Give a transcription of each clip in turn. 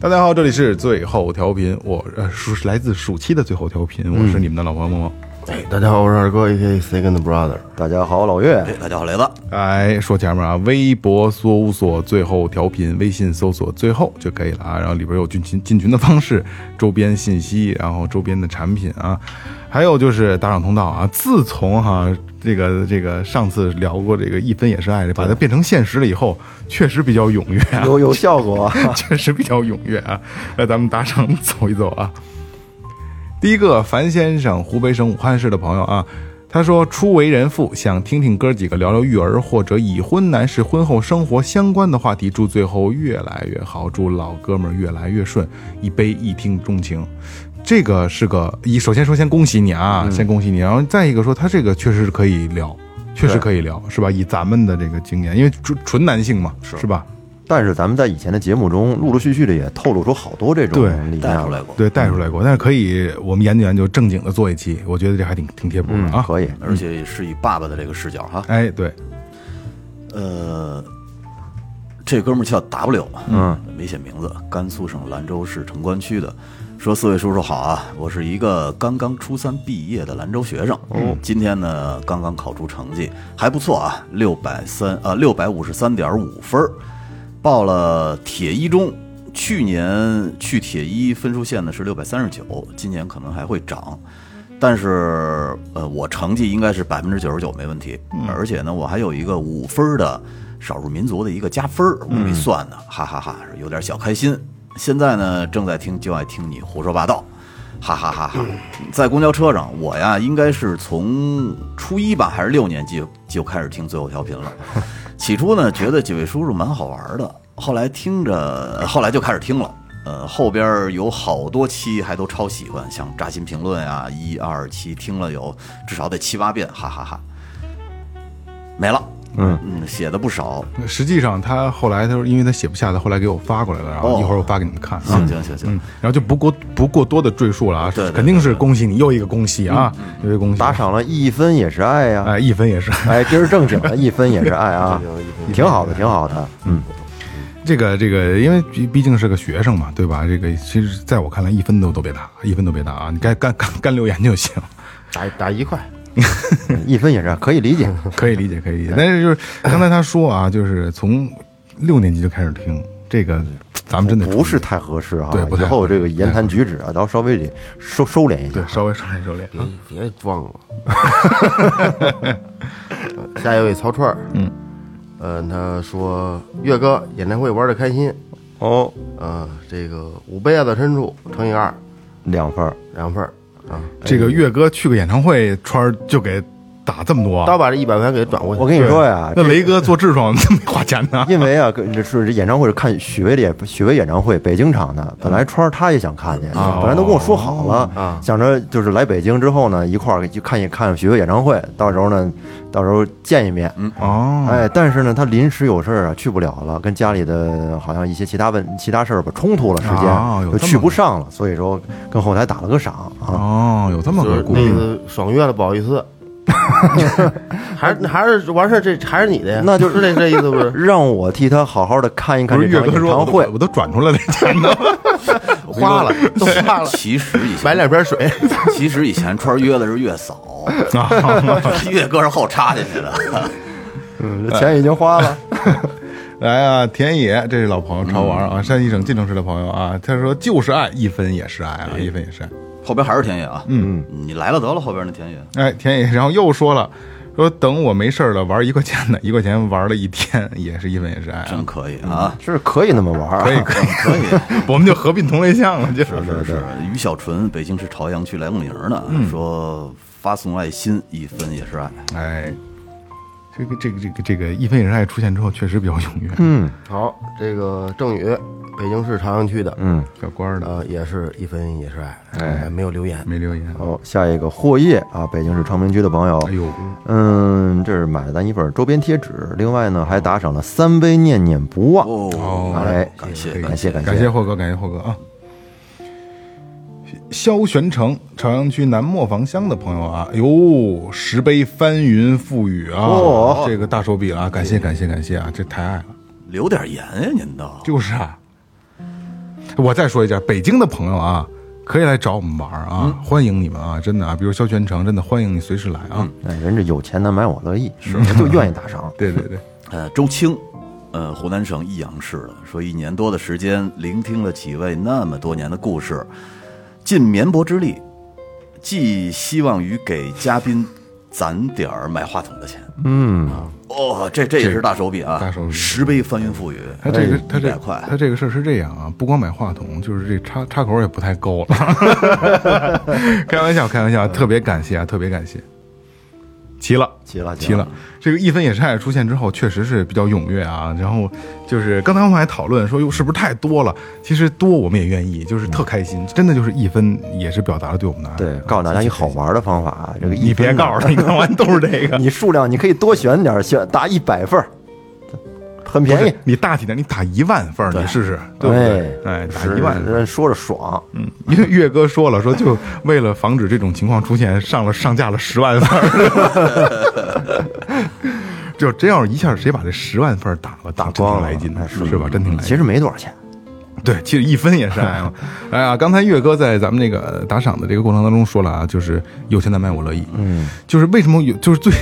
大家好，这里是最后调频，我呃暑是来自暑期的最后调频，我是你们的老朋友萌萌。哎，大家好，我是二哥，A.K. Second Brother。大家好，老岳，哎，大家好，雷子，哎，说前面啊，微博搜索最后调频，微信搜索最后就可以了啊。然后里边有进群进群的方式、周边信息，然后周边的产品啊，还有就是打赏通道啊。自从哈、这个这个上次聊过这个一分也是爱，把它变成现实了以后，确实比较踊跃、啊，有有效果。 确实比较踊跃啊。 来，咱们打赏走一走啊。第一个，樊先生，湖北省武汉市的朋友啊，他说初为人父，想听听哥几个聊聊育儿或者已婚男士婚后生活相关的话题，祝最后越来越好，祝老哥们儿越来越顺，一杯一听钟情。这个是个一，首先说先恭喜你啊，先恭喜你，然后再一个说他这个确实是可以聊，确实可以聊，是吧？以咱们的这个经验，因为纯纯男性嘛，是吧？但是咱们在以前的节目中，陆陆续续的也透露出好多这种对理带念出来嗯过，对，带出来过，但是可以我们研究研究，正经的做一期，我觉得这还挺挺贴谱的嗯，啊。可以。而且是以爸爸的这个视角哈。哎，对，呃，这哥们儿叫 W，嗯，没写名字，甘肃省兰州市城关区的。说四位叔叔好啊，我是一个刚刚初三毕业的兰州学生，哦、今天呢刚刚考出成绩，还不错啊，六百三呃六百五十三点五分儿，报了铁一中。去年去铁一分数线呢是六百三十九，今年可能还会涨。但是呃，我成绩应该是百分之九十九没问题，而且呢，我还有一个五分儿的少数民族的一个加分儿，我没算呢，哈哈哈，有点小开心。现在呢，正在听就爱听你胡说八道，哈哈哈哈。在公交车上，我呀应该是从初一吧，还是六年级就开始听最后调频了。起初呢，觉得几位叔叔蛮好玩的，后来听着，后来就开始听了。呃，后边儿有好多期还都超喜欢，像扎心评论啊，一二期听了有至少得七八遍，哈哈哈没了，嗯嗯，写的不少。实际上他后来他说，因为他写不下，他后来给我发过来了，然后哦一会儿我发给你们看啊。行行行行嗯，，然后就不过不过多的赘述了啊，对对对嗯肯定是恭喜你又一个恭喜啊，又一个恭喜，打，赏了一分也是爱呀，哎，一分也是。哎，今儿正经的一分也是爱啊，挺好的，挺好的。嗯，这个这个，因为毕毕竟是个学生嘛，对吧？这个其实在我看来，一分都都别打，一分都别打啊，你该干干干留言就行。打打一块， 一分也是爱可以理解。 可以理解，可以理解。但是就是刚才他说啊，就是从六年级就开始听这个，咱们真的嗯不是太合适哈、对不以太后这个言谈举止啊，都稍微得收收敛一下对。稍微收敛收敛啊。哎别装了。 下一位曹串儿，嗯，呃，他说岳哥演唱会玩的开心，哦，呃，这个五杯爱啊到深处乘以二，两份儿，两份儿啊，这个岳哥去个演唱会，川儿就给打这么多刀啊。把这一百块给转过去。我跟你说呀，那雷哥做痔疮 这么花钱呢？因为啊，跟这是演唱会是看许巍的演许巍演唱会，北京场的。本来嗯川儿他也想看去，哦本来都跟我说好了，想着就是来北京之后呢，一块儿去看一看许巍演唱会，到时候呢，到时候见一面。哦， 哎，但是呢，他临时有事儿啊，去不了了，跟家里的好像一些其他问其他事儿吧，冲突了时间，啊有就这去么不上了，所以说跟后台打了个赏啊。哦，有这么就是个故那事。个爽约了，不好意 思，还是还是完事儿，这还是你的呀？那就是这这意思不是？让我替他好好的看一看不这是岳场哥演说，我唱都会我。都转出来了，钱 呢？ 花了，都花了，其实以 前， 买两瓶水。其实以前川儿约的是月 嫂，月哥是后插进去的。 嗯，这钱已经 花了。来啊，田野，这是老朋友潮玩嗯啊，山西省晋城市的朋友啊，他说就是爱，一分也是爱啊，哎一分也是爱。后边还是田野啊，嗯，你来了得了，后边那田野，哎，田野，然后又说了，说等我没事儿了，玩一块钱的，一块钱玩了一天，也是一分也是爱啊、真可以啊，是可以那么玩儿啊，可以可真可以。以，我们就合并同类项了，就是嗯是，于小纯，北京市朝阳区莱贡营呢，说发送爱心，一分也是爱。哎，这个这个这个这个一分以上爱出现之后，确实比较踊跃，嗯好，这个郑宇，北京市朝阳区的，嗯，小官儿的呃，也是一分也是爱，哎，没有留言，没留言。好，下一个霍业啊，北京市昌平区的朋友，哎呦，嗯，这是买了咱一份周边贴纸，另外呢还打赏了三杯念念不忘，哦，哎，感谢可以感谢感感谢霍哥，感谢霍哥啊！萧玄成，朝阳区南磨房乡的朋友啊，哟，十杯翻云覆雨啊，哦这个大手笔了啊，感谢感谢感谢啊，这太爱了，留点言呀，您都就是啊。我再说一下，北京的朋友啊，可以来找我们玩啊，嗯欢迎你们啊，真的啊，比如萧玄成，真的欢迎你随时来啊。嗯哎，人这有钱难买我乐意，是就愿意打 赏。对对 对，呃，周青，呃，湖南省益阳市的，说一年多的时间，聆听了几位那么多年的故事，尽绵薄之力，寄希望于给嘉宾攒点儿买话筒的钱。嗯，哦，这这也是大手笔啊，大手笔十杯翻云覆雨，他这个他哎一这百块，他这个事儿是这样啊，不光买话筒，就是这插插口也不太够了。 开玩笑，开玩笑，特别感谢啊，特别感谢。齐了，齐了齐了。这个一分也是爱出现之后，确实是比较踊跃啊。然后就是刚才我们还讨论说，哟，是不是太多了？其实多我们也愿意，就是特开心，真的就是一分也是表达了对我们的爱。对，告诉大家一好玩的方法，这个一哎你别分呢告诉他，你看完都是这 个。你数量，你可以多选点儿，选打一百份儿，很不便宜是。你大体点，你打一万份儿，你试试，对不对？哎，打是一万份儿人说着爽，嗯，因为岳哥说了，说就为了防止这种情况出现，上了上架了十万份儿就这要是一下谁把这十万份儿打了，打光了来劲哎，是是吧？真挺来其劲。实没多少钱。 对，其实一分也是 爱嘛。哎呀，刚才岳哥在咱们这个打赏的这个过程当中说了啊，就是有钱难买我乐意。嗯，就是为什么有，就是最，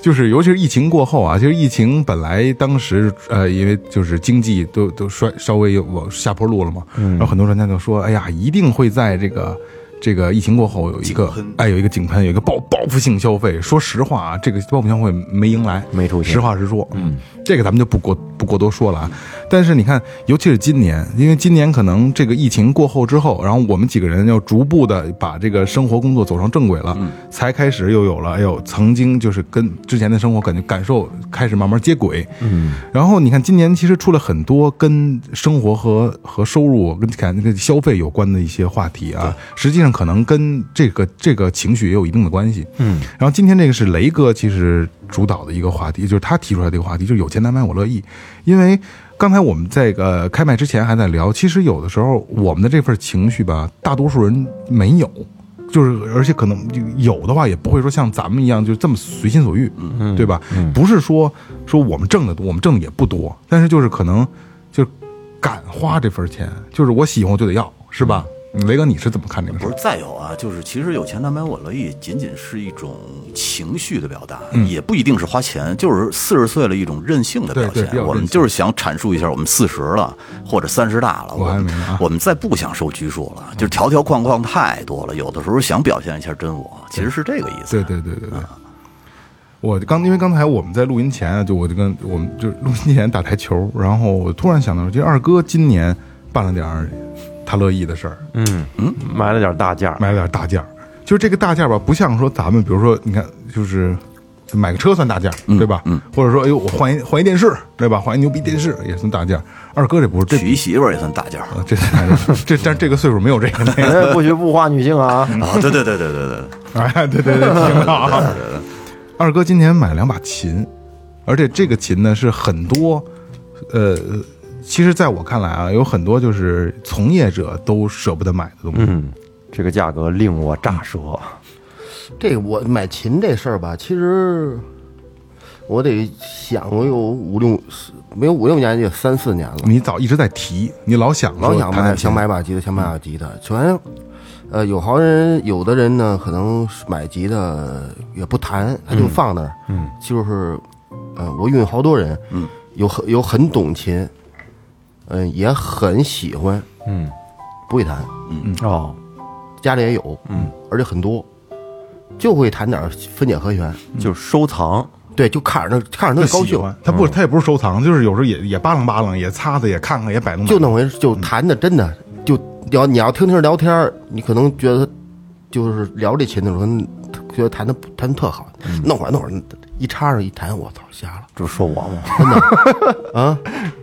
就是尤其是疫情过后啊，其实疫情本来当时呃，因为就是经济都都衰稍微有往下坡路了嘛，嗯然后很多专家就说，哎呀，一定会在这个。这个疫情过后有一个哎有一个井喷，有一个报报复性消费。说实话啊，这个报复性消费没迎来，没出现实话实说，嗯，这个咱们就不过不过多说了啊。但是你看，尤其是今年，因为今年可能这个疫情过后之后，然后我们几个人要逐步的把这个生活工作走上正轨了，才开始又有了哎呦，曾经就是跟之前的生活感觉感受开始慢慢接轨，嗯。然后你看，今年其实出了很多跟生活和和收入跟感跟消费有关的一些话题啊，实际上可能跟这个这个情绪也有一定的关系，嗯。然后今天这个是雷哥其实主导的一个话题，就是他提出来的一个话题，就是有钱难买我乐意。因为刚才我们在呃开麦之前还在聊，其实有的时候我们的这份情绪吧，大多数人没有。就是，而且可能就有的话也不会说像咱们一样就这么随心所欲，对吧？不是说说我们挣的多，我们挣的也不多，但是就是可能就是敢花这份钱，就是我喜欢我就得要，是吧？雷哥，你是怎么看这个事不儿是，？再有啊，就是其实有钱难买我乐意，仅仅是一种情绪的表达，嗯也不一定是花钱，就是四十岁了一种任性的表对对现比。较我们任性就是想阐述一下，我们四十了或者三十大了，我我还没们呢啊嗯我们再不想受拘束了，就是条条框框太多了，有的时候想表现一下真我，其实是这个意思。对对对对对。我刚因为刚才我们在录音前啊，就我就跟我们就是录音前打台球，然后我突然想到，这二哥今年办了点儿他乐意的事儿，嗯嗯，买了点大件儿，买了点儿大件儿。就是这个大件儿吧，不像说咱们，比如说你看，就是买个车算大件儿，对吧？嗯，或者说，哎呦，我换一换一电视，对吧？换一牛逼电视也算大件儿。二哥这不是这娶一媳妇儿也算大件儿啊这算大件儿这但是这个岁数没有这个那个。哎，不许物化女性啊！嗯啊！对对对对对对， 哎，对对对，听到啊。 二哥今年买了两把琴，而且这个琴呢是很多，呃，其实在我看来啊，有很多就是从业者都舍不得买的东西。嗯，这个价格令我咋舌。这我买琴这事儿吧，其实我得想过有五六没有五六年，也有三四年了。你早一直在提，你老想老说想弹买弹琴想买把吉他，想买把吉他。首先，呃，有好人有的人呢，可能是买吉他也不弹，他就放那儿。嗯，就是，呃，我遇见好多人，嗯，有很有很懂琴，嗯、也很喜欢，嗯，不会弹，哦，家里也有，嗯，而且很多，就会弹点儿分解和弦，就收藏，对，就看着那看着就那高喜兴，嗯欢他不是他也不是收藏，就是有时候也也扒拉扒拉，也擦擦，也看看，也摆弄摆弄。就那回事，就嗯谈的真的就聊，你要听听聊天儿，你可能嗯觉得就是聊这琴的时候，可能觉得弹的弹的特好，弄会儿弄会儿，一插上一弹，我操，瞎了！这说我吗？真 的啊！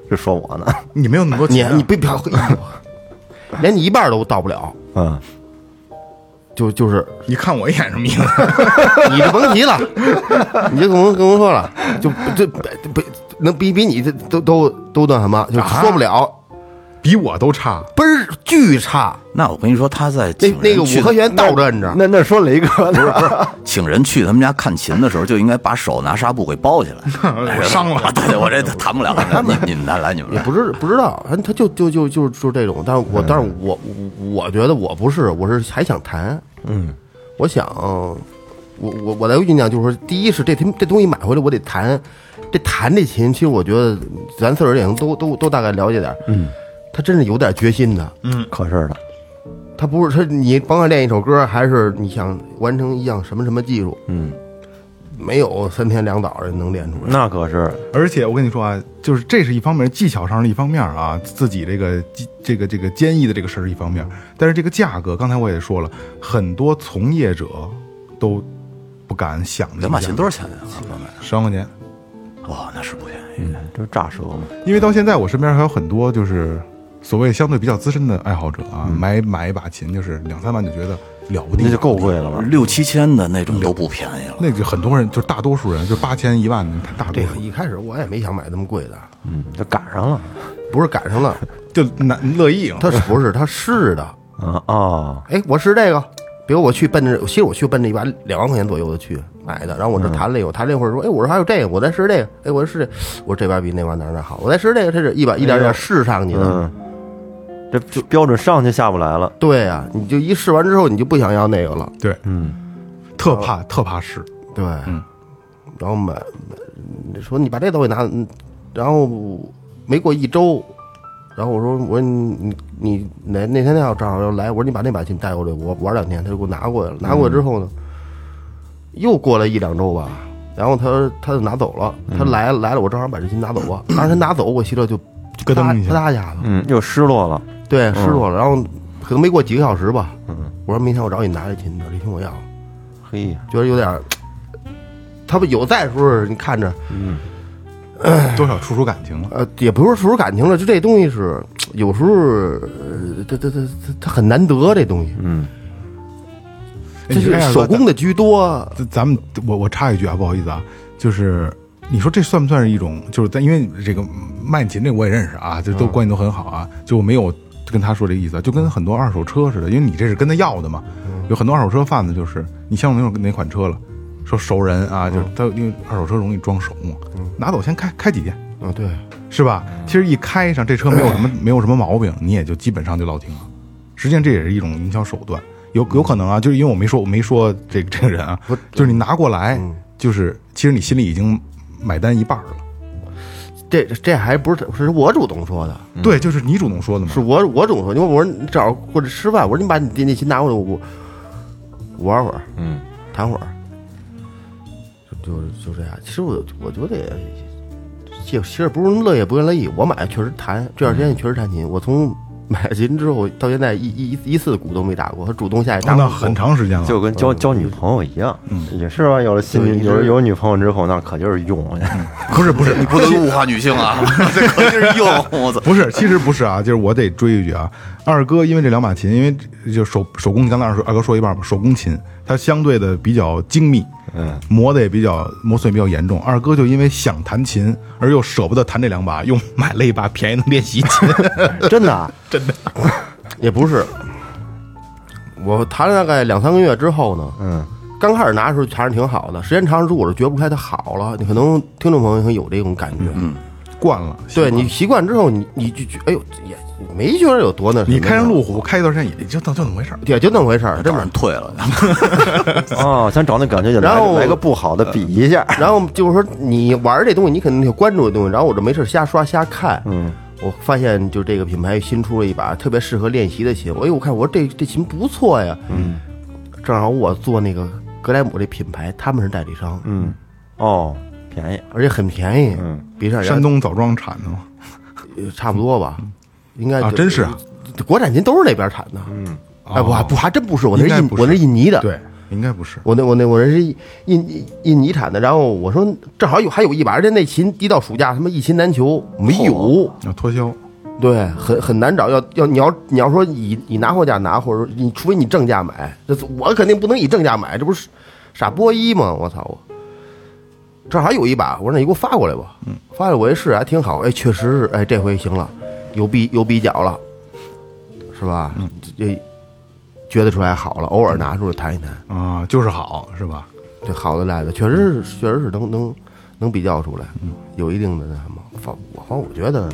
这说我呢？你没有那么多你钱啊，你别嫖，连你一半都到不了，嗯，就就是你看我一眼什么意思？你就 甭提了，你就跟我跟我说了，就这不能比比你这都都都那什么，就说不了，比我都差。倍儿巨差。那我跟你说，他在那请人那个去五合拳倒着摁着，那那说雷哥呢？请人去他们家看琴的时候，就应该把手拿纱布给包起来。我伤了对我这弹不了。你你们来来，你们也来。不是不知道，反正他就就就就就这种。但是我但是我我我觉得我不是，我是还想谈。嗯，我想，我我我的酝酿就是说，第一是这这东西买回来我得弹，这弹这琴，其实我觉得咱岁数也能都都都大概了解点。嗯，他真是有点决心的。嗯可是的，他不是他，你甭管练一首歌，还是你想完成一样什么什么技术，嗯，没有三天两早的能练出来。那可是而且我跟你说啊，就是这是一方面，技巧上是一方面啊，自己这个技这个这个坚毅的这个事儿是一方面，但是这个价格，刚才我也说了，很多从业者都不敢想这两个把价琴格多少钱呀？朋友们十万块钱。哇，那是不便宜。这炸舌嘛，因为到现在我身边还有很多就是所谓相对比较资深的爱好者啊，买买一把琴就是两三万就觉得了不地，那就够贵了吧？六七千的那种都不便宜了。那就很多人就大多数人就八千一万的，大多这数个一开始我也没想买那么贵的，嗯，就赶上了不是赶上了， 就难乐意嘛。他是不是他是的。啊哦，哎，我试这个，比如我去奔着，其实我去奔着一把两万块钱左右的去买的，然后我这谈了一会儿，谈了一会儿说，哎，我说还有这个，我再试这个，哎，我试这个，我说这把比那把哪儿哪儿好，我再试这个，这是一把一点点试上去的。嗯，这就标准上去下不来了，对呀、你就一试完之后，你就不想要那个了，对，嗯，特怕特怕试，对，嗯然后买，买说你把这东西拿，嗯然后没过一周。然后我说，我说你你你哪那天他要正好要来，我说你把那把琴带过来，我玩两天。他就给我拿过嗯来了，拿过来之后呢，又过了一两周吧，然后他他就拿走了，嗯他来来了，我正好把这琴拿走了。当时他拿走，我心里就咯啪噔一嗒下，嗒一下子，嗯，又失落了，对，失落了。然后可能没过几个小时吧，嗯我说明天我找你拿这琴去，这琴我要了。嘿，觉得有点儿，他们有在的时候，你看着，多少出出感情了。呃，也不是说出感情了，就这东西是有时候，呃，它它它它它很难得，这东西，嗯，哎这你是看手工的居多，咱咱们我我插一句啊，不好意思啊，就是你说这算不算是一种，就是咱因为这个卖琴这我也认识啊，这都关系都很好啊，就我没有跟他说这个意思啊，就跟很多二手车似的，因为你这是跟他要的嘛，有很多二手车贩子就是你像我那种哪款车了，说熟人啊，就是他因为二手车容易装熟嘛，拿走先开开几天。嗯，对，是吧？其实一开上这车没有什么没有什么毛病，你也就基本上就落停了。实际上这也是一种营销手段，有有可能啊，就是因为我没说我没说这个这 个人啊，就是你拿过来，就是其实你心里已经买单一半了。这这还不是是我主动说的，对，就是你主动说的嘛是。我我主动说，因为我说你正好过来吃饭，我说你把你电那琴拿过来，我我我玩会儿，嗯，弹会儿，就就就这样。其实我我觉得也，也其实不是乐也不乐意，我买确实弹，这段时间确实弹琴。我从买了琴之后到现在一一一次鼓都没打过，他主动下去打当鼓、到很长时间了，就跟交交女朋友一样，嗯也啊嗯是吧？有了新对一女，直有了有了女朋友之后，那可就是用，不是不是你不能物化女性啊！这可劲儿用，我操！不是，其实不是啊，就是我得追一句啊，二哥因为这两把琴，因为就手手工，刚才二哥二哥说一半嘛，手工琴它相对的比较精密，嗯，磨的也比较磨损也比较严重。二哥就因为想弹琴而又舍不得弹这两把，又买了一把便宜的练习 琴。真的啊，也不是。我弹了大概两三个月之后呢，嗯，刚开始拿的时候弹是挺好的，时间长了之后我是觉不出来它好了。你可能听众朋友可能有这种感觉，嗯，惯了，习对惯了你习惯之后，你你就觉哎呦也没觉得有多那什么，你开上路嗯虎，开一段时间也就就就那么回事儿。也就那么回事儿，找真的人。退了， 哦，想找那感觉就来然后来个不好的比一呃下，然后就是说你玩这东西，你肯定得关注这东西。然后我这没事瞎刷瞎看，嗯，我发现就这个品牌新出了一把特别适合练习的琴，我哎呦我看我说这这琴不错呀，嗯，正好我做那个格莱姆这品牌，他们是代理商，嗯，哦，便宜，而且很便宜，嗯，比上山东枣庄产的嘛，呃差不多吧，应该啊就真是啊，哦国产琴都是那边产的，嗯，哎，我还不还真不是，我那应该印不是我那印尼的，对，应该不是。我那我那我那是印印印尼产的，然后我说正好有还有一把，而且那琴一到暑假他妈一琴难求，没有，要脱销，对，很很难找。要要你要你要说以以拿货价拿，或者说你除非你正价买，这我肯定不能以正价买，这不是傻波一吗？我操我！正好有一把，我说那你给我发过来吧，嗯，发过来我一试还挺好，哎，确实是，哎，这回行了，有比有比较了，是吧？嗯，这觉得出来好了，偶尔拿出来弹一弹，啊，就是好，是吧？这好的赖的，确实是，确实是能能能比较出来，有一定的那什么。反我反正我觉得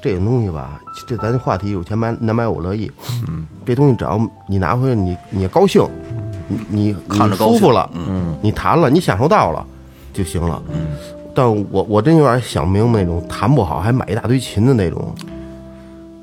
这种东西吧，这咱这话题有钱买难买我乐意。嗯，这东西只要你拿回来，你你也高兴，你你看着你高兴舒服了，嗯，你弹了，你享受到了就行了。嗯，但我我真有点想明白那种弹不好还买一大堆琴的那种，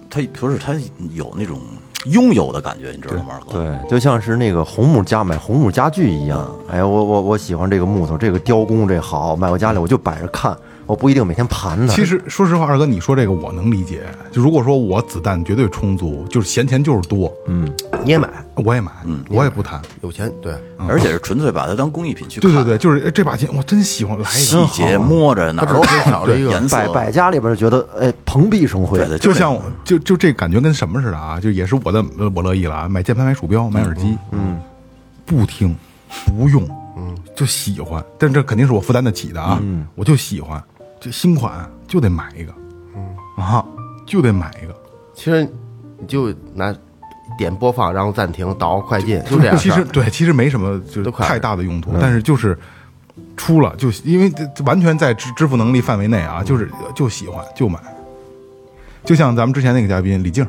他不是他有那种拥有的感觉，你知道吗，二哥？对，就像是那个红木家买红木家具一样。哎，我我我喜欢这个木头，这个雕工这好，买回家里我就摆着看，我不一定每天盘它。其实说实话，二哥，你说这个我能理解。就如果说我子弹绝对充足，就是闲钱就是多，嗯，你也买，我也买，我也不贪。有钱对。而且是纯粹把它当工艺品去看，对对对，就是哎这把琴我真喜欢，来一细个。节摸着哪儿都好，这个颜色啊摆摆家里边就觉得哎蓬荜生辉对。对，就这像样我就就这感觉跟什么似的啊？就也是我的呃我乐意了啊，买键盘、买鼠标、买耳机，嗯，不听，不用，嗯，就喜欢。但这肯定是我负担得起的啊，我就喜欢，这新款就得买一个，嗯啊，就得买一个。其实你就拿点播放，然后暂停，倒快进，就这样。其实对，其实没什么就是都快太大的用途，但是就是出了就因为这完全在支支付能力范围内啊，就是就喜欢就买。就像咱们之前那个嘉宾李静，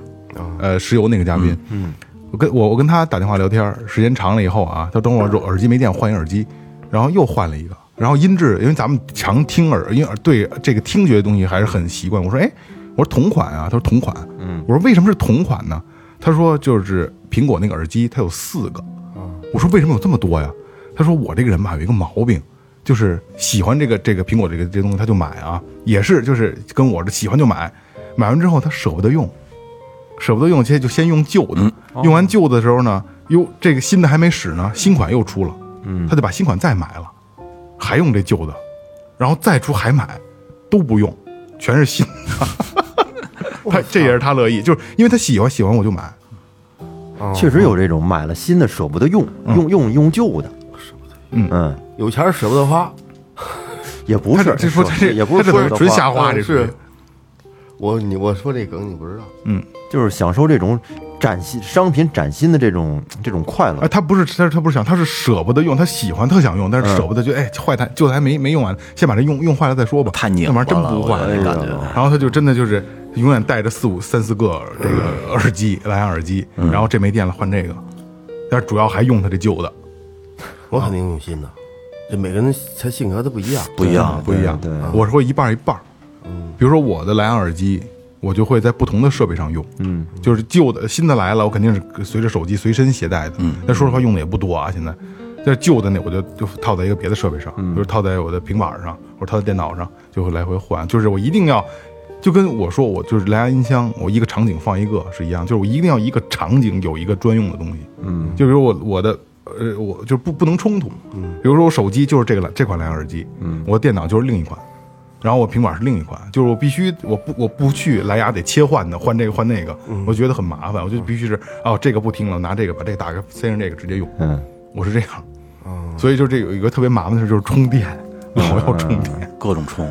呃，石油那个嘉宾，嗯，我跟我我跟他打电话聊天儿，时间长了以后啊，他等会儿我耳机没电，我换一耳机，然后又换了一个，然后音质，因为咱们常听耳，因为耳对这个听觉的东西还是很习惯。我说，哎，我说同款啊，他说同款，嗯，我说为什么是同款呢？他说就是苹果那个耳机它有四个，我说为什么有这么多呀？他说我这个人吧有一个毛病，就是喜欢这个这个苹果这个这东西他就买啊，也是就是跟我这喜欢就买，买完之后他舍不得用，舍不得用，先就先用旧的，嗯用完旧的时候呢，哟这个新的还没使呢，新款又出了，嗯，他就把新款再买了，还用这旧的，然后再出还买，都不用，全是新 的。他这也是他乐意，就是因为他喜欢喜欢我就买，确实有这种买了新的舍不得用，用用用旧的，嗯嗯，有钱舍不得花。也不他是这说他这也不是他这舍不纯得花，瞎花，这属于是我你我说这梗你不知道，就是享受这种崭新商品崭新的这种这种快乐哎，。他不是他他不是想，他是舍不得用，他喜欢特想用，但嗯是舍不得就哎坏它旧的还没没用完，先把这用用坏了再说吧。太拧那巴玩意儿了，真不我坏觉。得那感觉。然后他就真的就是永远带着四五三四个这个嗯耳机蓝牙耳机，然后这没电了换这个，但是主要还用他这旧的，我肯定用心的。这每个人他性格都不一样，不一样，啊不一样。对对我是会一半儿一半儿。嗯比如说我的蓝牙耳机，我就会在不同的设备上用。嗯，就是旧的、新的来了，我肯定是随着手机随身携带的。嗯，但说实话用的也不多啊，现在。但是旧的那我就就套在一个别的设备上，比如套在我的平板上或者套在电脑上，就会来回换。就是我一定要，就跟我说我就是蓝牙音箱，我一个场景放一个是一样，就是我一定要一个场景有一个专用的东西。嗯，就比如我我的。呃，我就不不能冲突，比如说我手机就是这个蓝这款蓝牙耳机，嗯，我的电脑就是另一款，然后我平板是另一款，就是我必须我不我不去蓝牙得切换的，换这个换那个，嗯我觉得很麻烦，我就必须是哦这个不听了，拿这个把这个打开塞上这个直接用，嗯，我是这样，所以就这有一个特别麻烦的事就是充电，嗯老要充 电，各种冲，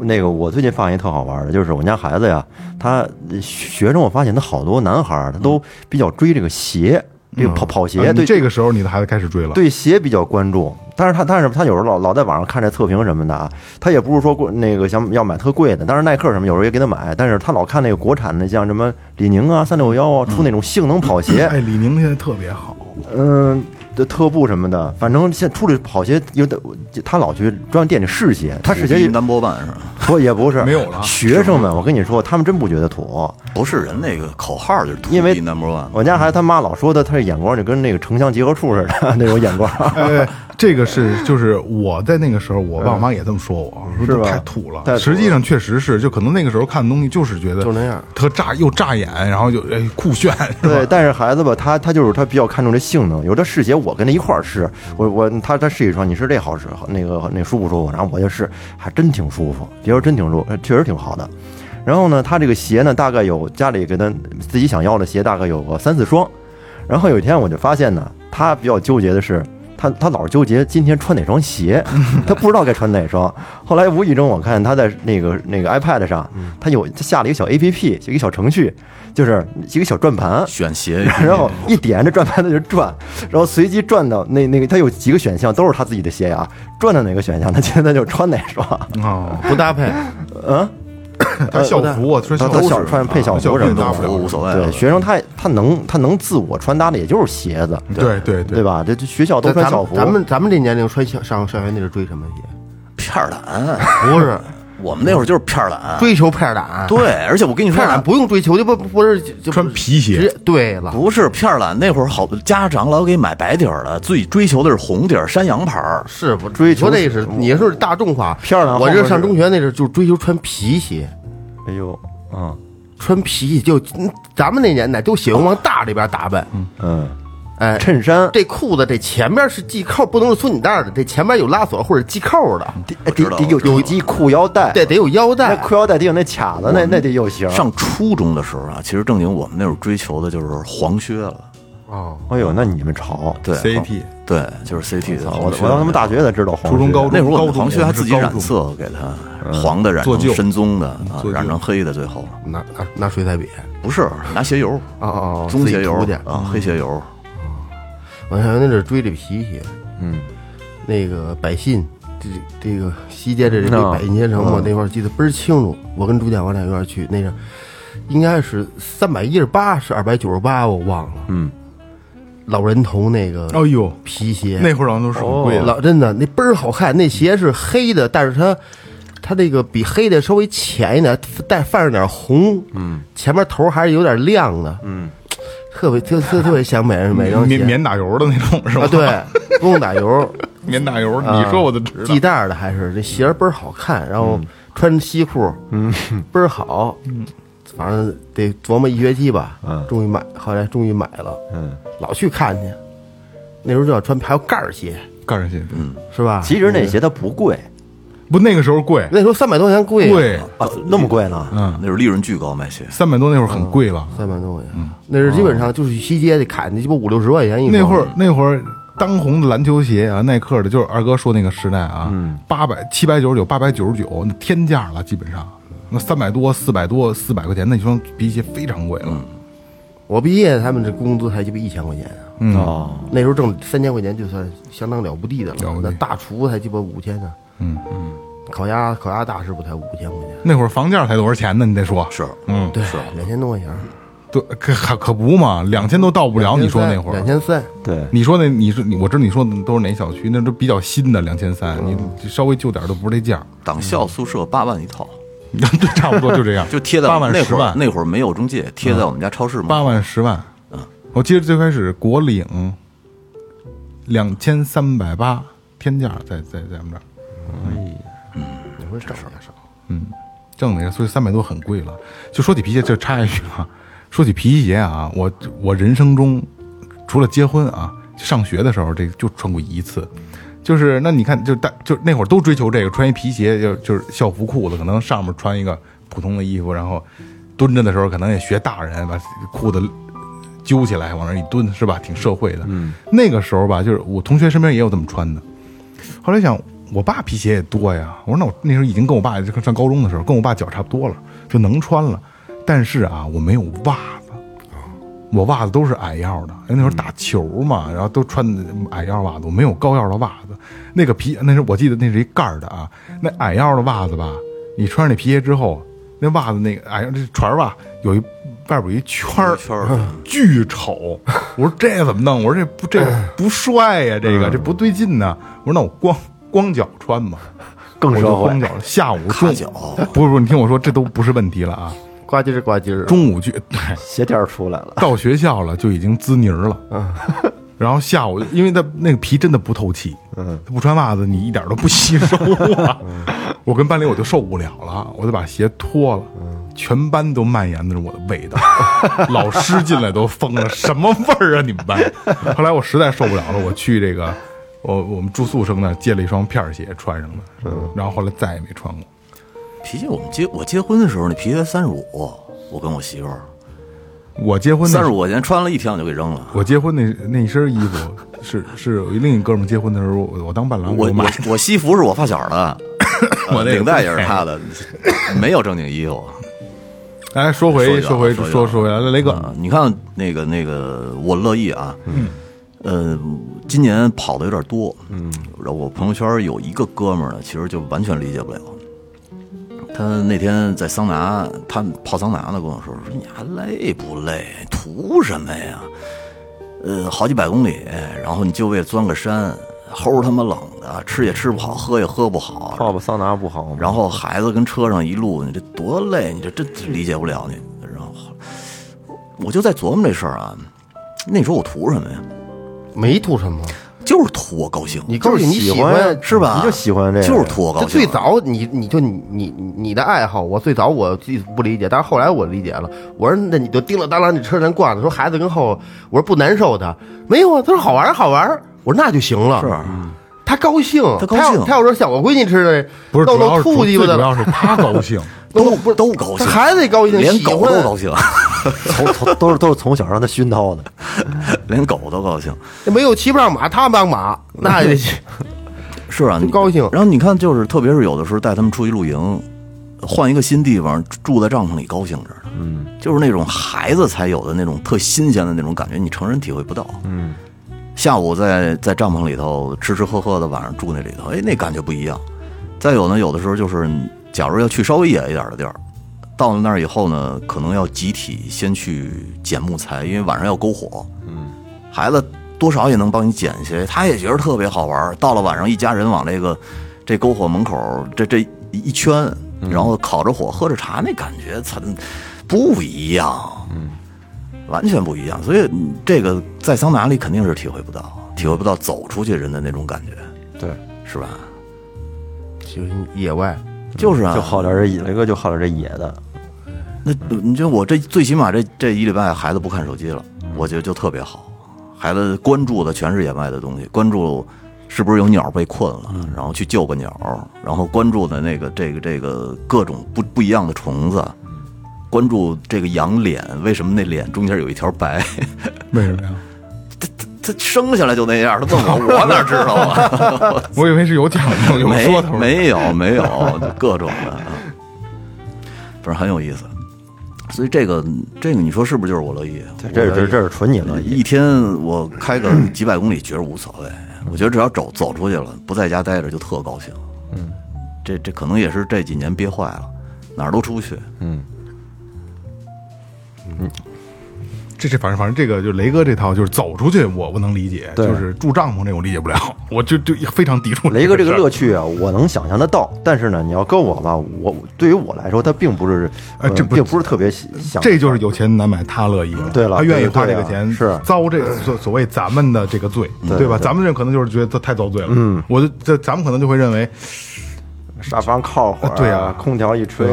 那个我最近发现一特好玩的，就是我家孩子呀，他学生我发现他好多男孩儿他都比较追这个鞋，这个跑跑啊鞋，你对这个时候你的孩子开始追了，对鞋比较关注，但是他但是他有时候老老在网上看这测评什么的啊，他也不是说过那个想要买特贵的，当然耐克什么有时候也给他买，但是他老看那个国产的，像什么李宁啊、三六幺啊，出那种性能跑鞋，嗯哎，李宁现在特别好，嗯，这特步什么的，反正现出去跑鞋有的，他老去专门店里试鞋，他试五鞋嗯匹单波半是吧？不也不是没有了学生们，我跟你说，他们真不觉得土。不是人那个口号就是 “to 因为 be number one”，我家孩子他妈老说他，他这眼光就跟那个城乡结合处似的 那种眼光。呃，这个是就是我在那个时候，我爸我妈也这么说我，说嗯是这吧太土了。太土了实际上确实是，就可能那个时候看的东西就是觉得就那样，特炸又炸眼，然后就哎酷炫，是吧对，但是孩子吧，他他就是他比较看重这性能，有的试鞋我跟他一块儿试，我我他他试一双，你试这好使，那个那舒不舒服？然后我就试，还真挺舒服，别说真挺舒服，呃确实挺好的。然后呢，他这个鞋呢，大概有家里给他自己想要的鞋，大概有个三四双。然后有一天我就发现呢，他比较纠结的是，他他老是纠结今天穿哪双鞋， 他不知道该穿哪双。后来无意中我看他在那个那个 iPad 上，他有他下了一个小 APP，一个小程序，就是一个小转盘，选鞋 然后一点这转盘它就转，然后随机转到那那个他有几个选项都是他自己的鞋啊，转到哪个选项他现在就穿哪双， 哦，不搭配，他校服啊，穿他校他服小穿配校小服什么大不都了无的。所谓了对，学生他他能他能自我穿搭的也就是鞋子，对对对嗯对，吧？这这学校都穿咱校们服，咱们咱们这年龄穿校上上学那是追什么鞋？片儿胆，不是 我们那会儿就是片儿胆。 追求片儿胆，对，而且我跟你说片儿胆啊，不用追求，就不不是就就穿皮鞋直接对了，不是片儿胆，那会儿好多家长老给买白底儿的，自己追求的是红底儿山羊牌儿。是不追求说那是你是大众化漂亮我后面这是上中学那是就追求穿皮鞋，哎呦，嗯穿皮鞋就嗯咱们那年代都喜欢往大里边打扮，嗯，哎，衬衫这裤子这前面是系扣，不能是松紧带的，这前面有拉锁或者系扣的，得我知得道哎得有有系裤腰带，对，得有腰啊那带。裤腰带得有那卡子，那那得有型。上初中的时候啊，其实正经我们那会儿追求的就是黄靴了，哦，哎呦，那你们潮，对 CT 对，就是 CT 的我黄靴。我到他们大学才知道黄靴，初中高中那会儿我们高黄中靴还自己我们是高染中色，给它黄的染做旧成深棕的啊做，旧染成黑的，最后拿拿拿啊水彩笔，不是拿鞋油，哦哦，哦棕鞋油自己涂去。啊，黑鞋油。我想那是追这皮鞋，嗯，那个百信，这这个西街这这嗯百信街城，我那会儿记得倍儿清楚。我跟朱建我俩一块儿去，那是应该是三百一十八是二百九十八，我忘了。嗯，哦老人头那个哎呦，皮鞋，那会儿好像都是很贵的，哦老真的那倍儿好看，那鞋是黑的，但是它它那个比黑的稍微浅一点，带泛着点红，嗯，前面头还是有点亮的，嗯，特别特特特别想买人买双鞋免免打油的那种是吧？啊，，对，不用打油， 免打油，啊你说我就知道系。带儿的还是这鞋儿倍儿好看，然后穿西裤，嗯，倍儿好，嗯，反正得琢磨一学期吧，嗯终于买，后来终于买了，嗯，老去看去，那时候就要穿，还有盖儿鞋干这些，嗯，是吧？其实那鞋它不贵，不那个时候贵，那时候三百多块钱贵，贵，啊，那么贵呢？嗯，那时候利润巨高，卖鞋。三百多那会儿很贵了。三百多块钱，那是基本上就是西街得砍那鸡巴五六十块钱嗯一双哦那会儿那会儿当红的篮球鞋啊，耐克的，就是二哥说那个时代啊，八百七百九十九、八百九十九，那天价了，基本上那三百多、四百多、四百块钱那双皮鞋非常贵了。我毕业，他们这工资才鸡巴一千块钱啊。嗯，哦，那时候挣三千块钱就算相当了不地的了了不，地那大厨才鸡巴五千呢。嗯嗯，烤鸭烤鸭大师傅才五千块钱，那会儿房价才多少钱呢？你得说是，嗯，对，两千多块钱。对，可可可不嘛，两千都到不了。你说那会两儿，千三，对，你说那你是你，我知道你说的都是哪小区，那都比较新的两千三，你稍微旧点儿都不是这价儿， 党嗯校宿舍八万一套，对，差不多就这样，就贴在八我万们那十会儿万，嗯那会儿没有中介，贴在我们家超市门口八万十万。嗯我记得最开始国领两千三百八天价在在在我们这儿，哎那会儿挣也少。嗯，挣的也是所以三百多很贵了。就说起皮鞋，这插一句啊，说起皮鞋啊，我我人生中除了结婚啊，上学的时候这就穿过一次。就是那你看，就大就那会儿都追求这个，穿一皮鞋就就是校服裤子，可能上面穿一个普通的衣服，然后蹲着的时候可能也学大人，把裤子揪起来往那儿一蹲，是吧？挺社会的。嗯，那个时候吧，就是我同学身边也有这么穿的。后来想，我爸皮鞋也多呀。我说那我那时候已经跟我爸就上高中的时候，跟我爸脚差不多了，就能穿了。但是啊，我没有袜子，我袜子都是矮腰的。因为那时候打球嘛，然后都穿矮腰袜子，我没有高腰的袜子。那个皮，那是我记得那是一盖儿的啊。那矮腰的袜子吧，你穿上那皮鞋之后，那袜子那个矮腰这船袜有一外边有一圈儿，圈儿。巨丑。我说这怎么弄？我说这不这不帅呀、这个这不对劲呢、我说那我光光脚穿吧。更我社就会光脚了。下午卡中脚 不是不是，你听我说，这都不是问题了啊。呱唧儿呱唧儿，中午去，哎对，鞋垫儿出来了， 到学校了就已经滋泥儿了。嗯 然后下午，因为它那个皮真的不透气，嗯，不穿袜子你一点都不吸收啊。嗯 我跟班里我就受不了了，我就把鞋脱了，嗯全班都蔓延的是我的味道， 老师进来都疯了，什么味儿啊你们班？ 后来我实在受不了了，我去这个我我们住宿生那儿借了一双片儿鞋穿上了，嗯然后后来再也没穿过。皮鞋我们结我结婚的时候，那皮鞋三十五，我跟我媳妇儿我结婚三的十五块钱穿了一天我就给扔了。我结婚那那一身衣服 是是有一另一哥们儿结婚的时候，我我当伴郎给我买我的。我西服是我发小的，嗯 我那个领带也是他 的，没有正经衣服。哎，说说回说一个回啊说说说回来了，雷嗯哥，啊，你看那个那个，我乐意啊，嗯，呃，今年跑的有点多，嗯，然后我朋友圈有一个哥们儿呢，其实就完全理解不了。他那天在桑拿，他泡桑拿呢，跟我说说你还累不累？图什么呀？呃，好几百公里，然后你就为了钻个山，齁他妈冷的，吃也吃不好，喝也喝不好，泡泡桑拿不好吗？然后孩子跟车上一路，你这多累，你这真理解不了你。然后我就在琢磨这事儿啊，那你说我图什么呀？没图什么，就是图我高兴，你告诉你喜喜欢欢是吧？你就喜欢这个就是图我高这兴。啊最早你你就你你你的爱好，我最早我自己不理解，但是后来我理解了。我说那你就叮了当啷，你车咱惯了。说孩子跟后，我说不难受的，没有啊。他说好玩儿好玩儿，我说那就行了。是他高兴，他他高要兴他要说想我闺女吃的，不是弄主要弄是吐最鸡巴的主了，要是他高 兴，都都高他兴，孩子也高兴，连喜狗欢都高兴， 从从都是都是从小让他熏陶的，连狗都高兴。没有骑不上马，他当 马，那也行。是啊，你高兴然后你看，就是特别是有的时候带他们出去露营，换一个新地方，住在帐篷里高兴着呢。嗯，就是那种孩子才有的那种特新鲜的那种感觉，你成人体会不到。嗯，下午在在帐篷里头吃吃喝喝的，晚上住那里头，哎，那感觉不一样。再有呢，有的时候就是，嗯假如要去稍微野一点的地儿，到了那儿以后呢，可能要集体先去捡木材，因为晚上要篝火。孩子多少也能帮你捡一些，他也觉得特别好玩儿。到了晚上，一家人往这个这篝火门口这这一圈，嗯然后烤着火，喝着茶，那感觉才不一样，嗯，完全不一样。所以嗯这个在桑拿里肯定是体会不到，体会不到走出去人的那种感觉，对，是吧？就是野外，就是啊，就好点儿这野，雷哥就好点儿这野的，那你就我这最起码这这一礼拜孩子不看手机了，我觉得就特别好。孩子关注的全是野外的东西，关注是不是有鸟被困了，嗯然后去救个鸟，然后关注的那个这个这个各种不不一样的虫子，关注这个羊脸，为什么那脸中间有一条白？ 为什么呀？他生下来就那样，他问我，我哪知道啊？我以为是有讲究 有说头没的，没有没有，就各种的，啊，反正很有意思。所以这个这个，你说是不是就是我乐意？啊这这这这是纯你乐意，一天我开 个几百公里，觉得无所谓。我觉得只要走走出去了，不在家待着就特高兴。嗯，这这可能也是这几年憋坏了，哪儿都出去。这这反正反正这个就是雷哥这套，就是走出去我我能理解，对就是住帐篷这我理解不了，我就就非常抵触雷哥这个事儿乐趣啊，我能想象得到，但是呢，你要跟我吧，我对于我来说，它并不是，哎呃这不并不是特别喜想，这就是有钱难买他乐意了，啊对了他愿意对对花这个对啊钱，是遭这个所所谓咱们的这个罪，对对吧？对咱们这可能就是觉得他太遭罪了，嗯，我就这咱们可能就会认为，沙发上靠会儿、对啊空调一吹，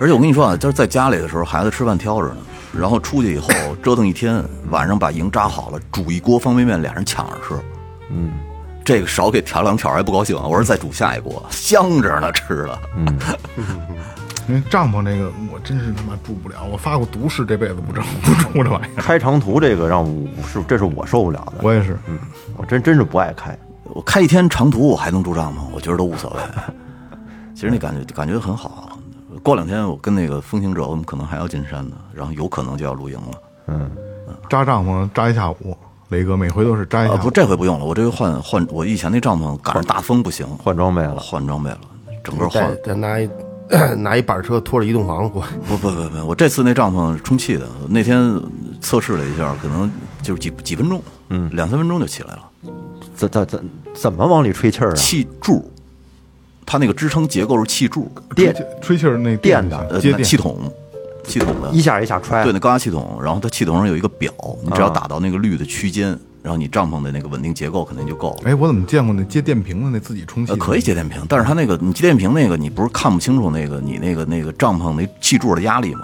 而且我跟你说啊，就是在家里的时候，孩子吃饭挑着呢，然后出 去以后折腾一天，晚上把营扎好了，煮一锅方便面，俩人抢着吃。嗯，这个少给调两条还不高兴啊，我说再煮下一锅，香着呢吃 了。因为帐篷这个我真是他妈住不了，我发过毒誓，这辈子不住不住这玩 意儿，开长途这个让我是这是我受不了的，我也是，我真真是不爱开，我开一天长途，我还能住帐篷， 我觉得都无所谓。其实那感觉感觉很好。啊过两天我跟那个风行者，我们可能还要进山呢，然后有可能就要露营了。扎帐篷扎一下午，雷哥每回都是扎一下啊，午，不，这回不用了，我这回换换我以前那帐篷赶上大风不行，换装备了，换装备了，整个再换再拿一 拿一板车拖着一栋房过来。不不不不，我这次那帐篷充气的，那天测试了一下，可能就是几几分钟，嗯，两三分钟就起来了。啊怎怎怎怎么往里吹气儿啊？气柱，它那个支撑结构是气柱，电吹气儿那电的的呃接，那电气筒，气筒的一下一下揣对，，那高压系统，然后它系统上有一个表，你只要打到那个绿的区间，然后你帐篷的那个稳定结构肯定就够了。哎，我怎么见过那接电瓶的那自己充气呃，的？可以接电瓶，但是它那个你接电瓶那个，你不是看不清楚那个你那个那个帐篷那气柱的压力吗？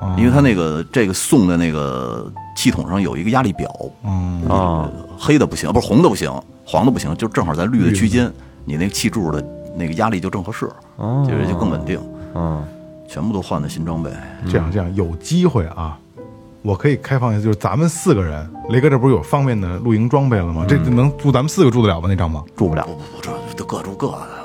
啊因为它那个这个送的那个系统上有一个压力表，嗯，啊，黑的不行，不是红的不行，黄的不行，就正好在绿的区间，你那个气柱的那个压力就正合适，哦就是就更稳定。嗯，全部都换的新装备，这样这样，有机会啊，我可以开放一下，就是咱们四个人，雷哥这不是有方便的露营装备了吗？嗯这能住咱们四个住得了吗？那帐篷住不了不。不不，这都各住各的。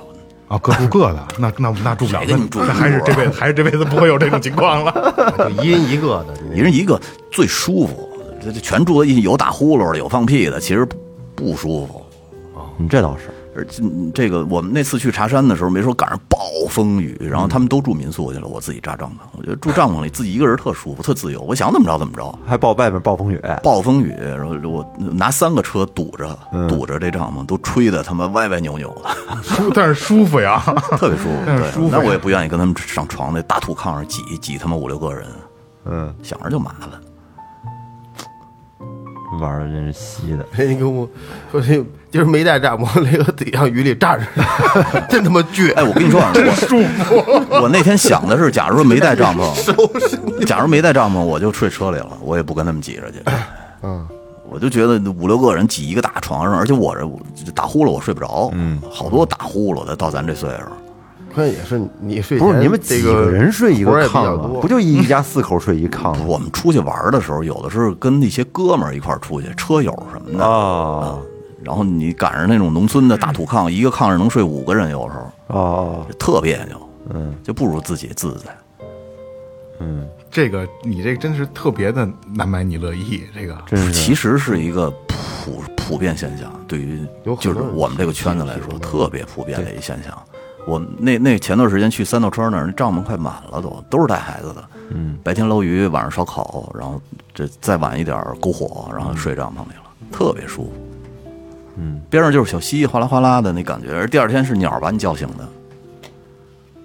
啊，各 住各的，那那那住不了，谁那跟你住啊那还是这辈子还是这辈子不会有这种情 况了。就一人一个的，一人一个最舒服，这这全住在一起，有打呼噜的，有放屁的，其实不不舒服。嗯，这倒是，而这这个我们那次去茶山的时候，没说赶上暴风雨，然后他们都住民宿去了，我自己扎帐篷。我觉得住帐篷里自己一个人特舒服，特自由，我想怎么着怎么着。还暴外面暴风雨，暴风雨，然后我拿三个车堵着，堵着这帐篷，都吹得他妈歪歪扭扭的，舒，但是舒服呀。特别舒 服。但是对舒服，那呀我也不愿意跟他们上床那大土炕上挤挤他妈五六个人，嗯，想着就麻烦。玩的真是稀的。人家跟我说这就是没带炸馍， 雷哥自己让雨里炸着， 真他妈倔 哎，！我跟你说啊，我舒 服。我那天想的是，假如说没带帐篷，假如没带帐篷，我就睡车里了，我也不跟他们挤着去。嗯，我就觉得五六个人挤一个大床上，而且我这我打呼噜我睡不着，嗯，好多打呼噜的，到咱这岁数，关键也是你睡前不是你们这几人睡一活儿个也比较炕啊？多不就一家四口睡一炕 吗？我们出去玩的时候，有的是跟那些哥们儿一块儿出去，车友什么的啊然后你赶上那种农村的大土炕，一个炕上能睡五个人，有时候哦，特别扭，嗯，就不如自己自在。这个你这真是特别的难买你乐意，这个真是其实是一个普普遍现象，对于有很就多是人我们这个圈子来说，特别普遍的一现象。我那那前段时间去三道川那儿，那帐篷快满了都，都是带孩子的。嗯，白天捞鱼，晚上烧烤，然后这再晚一点儿篝火，然后睡帐篷里了，特别舒服。嗯，边上就是小溪，哗啦哗啦的那感觉。而第二天是鸟把你叫醒的，嗯，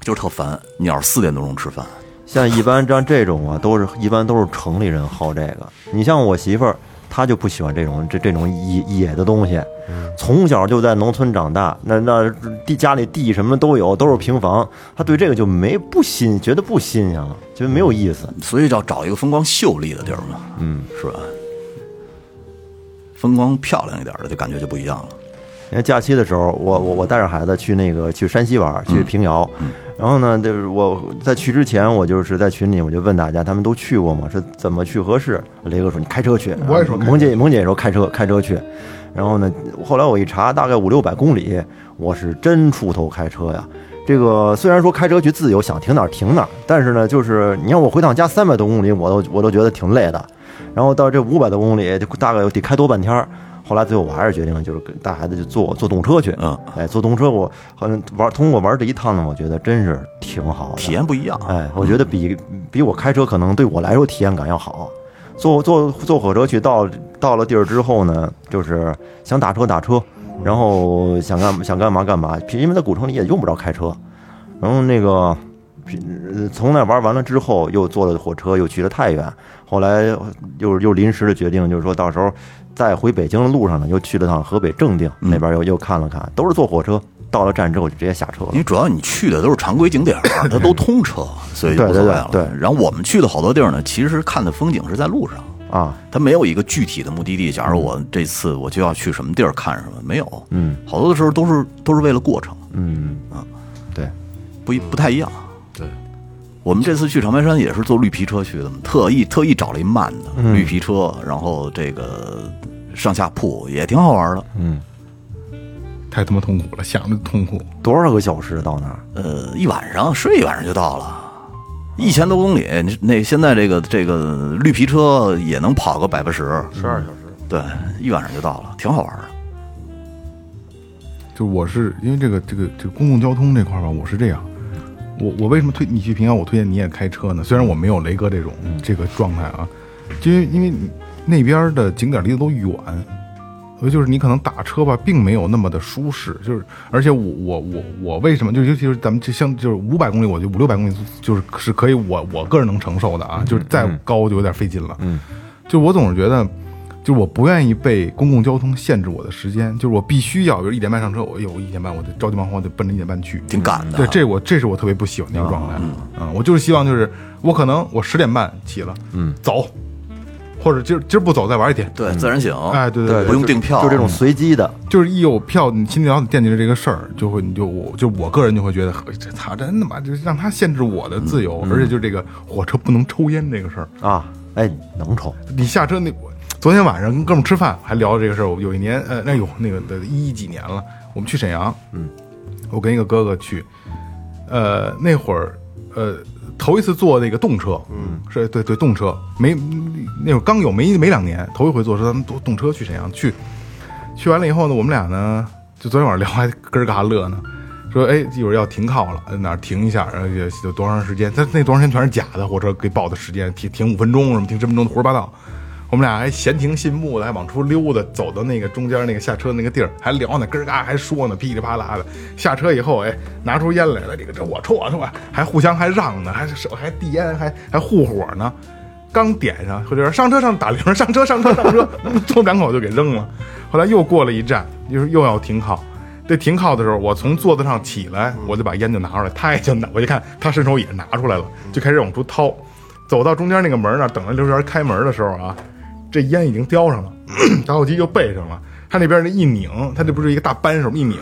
就是特烦。鸟四点多钟吃饭，像一般像这种啊，都是一般都是城里人好这个。你像我媳妇儿，她就不喜欢这种这这种野野的东西，嗯从小就在农村长大，那那地家里地什么都有，都是平房，她对这个就没不新，觉得不新鲜了，觉得没有意思。所以要找一个风光秀丽的地儿嘛，嗯，是吧？风光漂亮一点的，就感觉就不一样了。因为假期的时候，我我我带着孩子去那个去山西玩，去平遥。然后呢，就是我在去之前，我就是在群里我就问大家，他们都去过吗？说怎么去合适？雷哥说你开车去，我也说开车萌姐萌姐也说开车开车去。然后呢，后来我一查，大概五六百公里，我是真出头开车呀。这个虽然说开车去自由，想停哪儿停哪儿，但是呢，就是你让我回趟家三百多公里，我都我都觉得挺累的。然后到这五百多公里，就大概得开多半天儿。后来最后我还是决定，就是跟带孩子就坐坐动车去。嗯，哎，坐动车我好像玩通过玩这一趟呢，我觉得真是挺好的体验不一样，哎，我觉得比比我开车可能对我来说体验感要好。坐坐坐火车去到到了地儿之后呢，就是想打车打车，然后想干想干嘛干嘛，因为在古城里也用不着开车。然后那个呃从那玩完了之后，又坐了火车又去了太原，后来又又临时的决定，就是说到时候在回北京的路上呢，又去了趟河北正定那边又又看了看，都是坐火车。到了站之后就直接下车了因。为主要你去的都是常规景点儿， 它都通车，所以就无所谓了。对对对对然后我们去的好多地儿呢，其实看的风景是在路上，啊，它没有一个具体的目的地。假如我这次我就要去什么地儿看什么，没有。嗯，好多的时候都是都是为了过程，嗯啊，对，不一不太一样。对，我们这次去长白山也是坐绿皮车去的嘛，特意特意找了一慢的、嗯绿皮车，然后这个上下铺也挺好玩的。太他妈痛苦了，想着就痛苦。多少个小时到那儿？呃，一晚上睡一晚上就到了，一千多公里。你那现在这个这个绿皮车也能跑个百八十，嗯十二小时。对，一晚上就到了，挺好玩的。就是我是因为这个这个这个公共交通这块儿吧，我是这样，我我为什么推你去平遥，我推荐你也开车呢？虽然我没有雷哥这种这个状态啊，就因为因为那边儿的景点离得都远，就是你可能打车吧，并没有那么的舒适，就是而且我我我我为什么就尤其是咱们就像就是五百公里，我就五六百公里就是是可以我我个人能承受的啊，就是再高就有点费劲了。嗯，就我总是觉得，就我不愿意被公共交通限制我的时间，就是我必须要，比如一点半上车，我有一点半，我得着急忙慌得奔着一点半去，挺赶的对，这我这是我特别不喜欢的一个状态。嗯，我就是希望就是我可能我十点半起了，嗯，走，或者今儿今儿不走再玩一天。对，自然醒，哎，对对不用订票，嗯就这种随机的，就是一有票，你心里老得惦记着这个事儿，就会你就我就我个人就会觉得，呵这他真的妈就是让他限制我的自由，而且就这个火车不能抽烟这个事儿，啊，哎，能啊抽，你下车那我昨天晚上跟哥们儿吃饭还聊这个事儿，我有一年呃那有那个的一几年了，我们去沈阳，嗯，我跟一个哥哥去，呃那会儿呃头一次坐那个动车，嗯，是对对动车，没那会儿刚有没没两年，头一回坐车咱们坐动车去沈阳去。去完了以后呢，我们俩呢，就昨天晚上聊还咯儿嘎乐呢，说哎，一会儿要停靠了，哪儿停一下，然后也有多长时间？他那多长时间全是假的，火车给报的时间，停停五分钟什么停十分钟的胡说八道。我们俩还闲庭信步的，还往出溜达，走到那个中间那个下车那个地儿，还聊呢，咯儿嘎还说呢，噼里啪啦的。下车以后，哎，拿出烟来了，这个这我抽我抽，还互相还让呢，还手还递烟，还还互火呢。刚点上，或者说上车上打铃，上车上车上车，抽两口就给扔了。后来又过了一站，又又要停靠。这停靠的时候，我从座子上起来，我就把烟就拿出来，他也就拿，我就看他伸手也拿出来了，就开始往出掏。走到中间那个门那儿，等着刘源开门的时候啊，这烟已经叼上了，打火机又备上了。他那边那一拧，他这不是一个大扳手吗？一拧，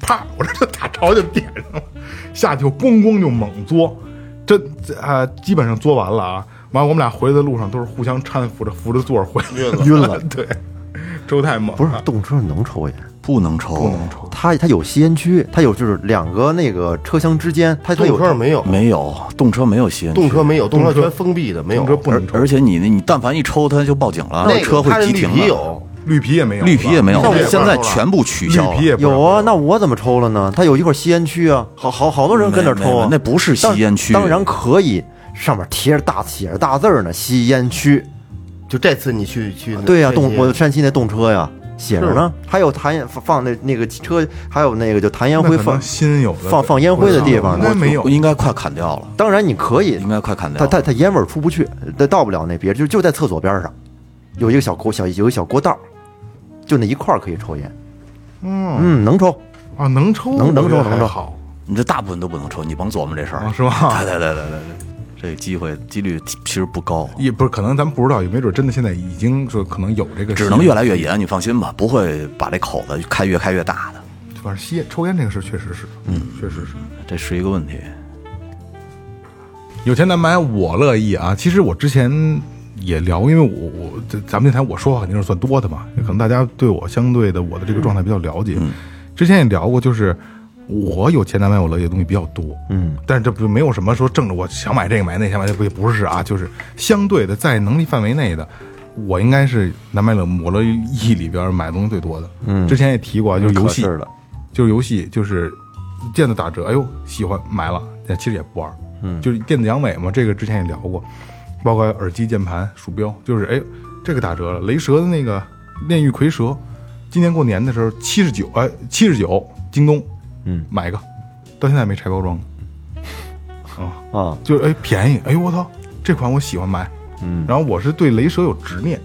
啪，我这大潮就点上了，下去我咣咣就猛嘬，这这啊、基本上嘬完了啊。完，我们俩回来的路上都是互相搀扶着扶着座儿回来的，晕了对，抽太猛了，不是动车能抽烟，不能抽，不能抽。它它有吸烟区，它有就是两个那个车厢之间，它它动有车没有，嗯没有动车没有吸烟区动车没有，动车动车全封闭的，没有啊停。车不能抽而，且你那，你但凡一抽，它就报警了，那个车他会是急绿停皮的。有，绿皮也没有，绿皮也没有那我，现在全部取消绿皮也了。不让有啊，那我怎么抽了呢？它有一块吸烟区啊，好好好多人跟那儿抽啊，没没没那不是吸烟区当当然可以，上面贴着大写着大字儿呢，吸烟区。就这次你去去对呀、这动些我山西那动车呀，写着呢，还有弹烟放那那个车，还有那个就弹烟那可灰能放新有的放放烟灰的地方应该呢。没有应该快砍掉了，当然你可以应，该快砍掉它了。它它烟味儿出不去，它到不了那别，就就在厕所边儿上，有一个小沟小有一个小过道儿，就那一块儿可以抽烟。嗯能抽，啊，能抽能能抽我觉得能还抽好你这大部分都不能抽，你甭琢磨这事儿啊，，是吧？对对对对对对，这个机会几率其实不高，啊也不是，可能咱们不知道，也没准真的现在已经说可能有这个，只能越来越。严。你放心吧，不会把这口子开越开越大的，反正吸烟抽烟这个事，确实是，嗯，确实是。这是一个问题。有钱难买我乐意啊！其实我之前也聊，因为我我这咱们电台我说话肯定是算多的嘛，可能大家对我相对的我的这个状态比较了解。之前也聊过，就是我有钱难买我乐意的东西比较多，嗯，但是这不没有什么说挣着我想买这个买那个想买那个不也不是啊，就是相对的在能力范围内的。我应该是难买乐我乐意里边买的东西最多的，嗯，之前也提过啊，就是游戏，可是了就是游戏，就是见到打折，哎呦喜欢买了，但其实也不玩，嗯，就是电子阳痿嘛，这个之前也聊过，包括耳机、键盘、鼠标，就是哎这个打折了，雷蛇的那个炼狱蝰蛇，今年过年的时候七十九，哎七十九，京东，嗯，买一个，到现在没拆包装呢，啊，啊，就是哎便宜，哎呦我操，这款我喜欢买，嗯，然后我是对雷蛇有执念，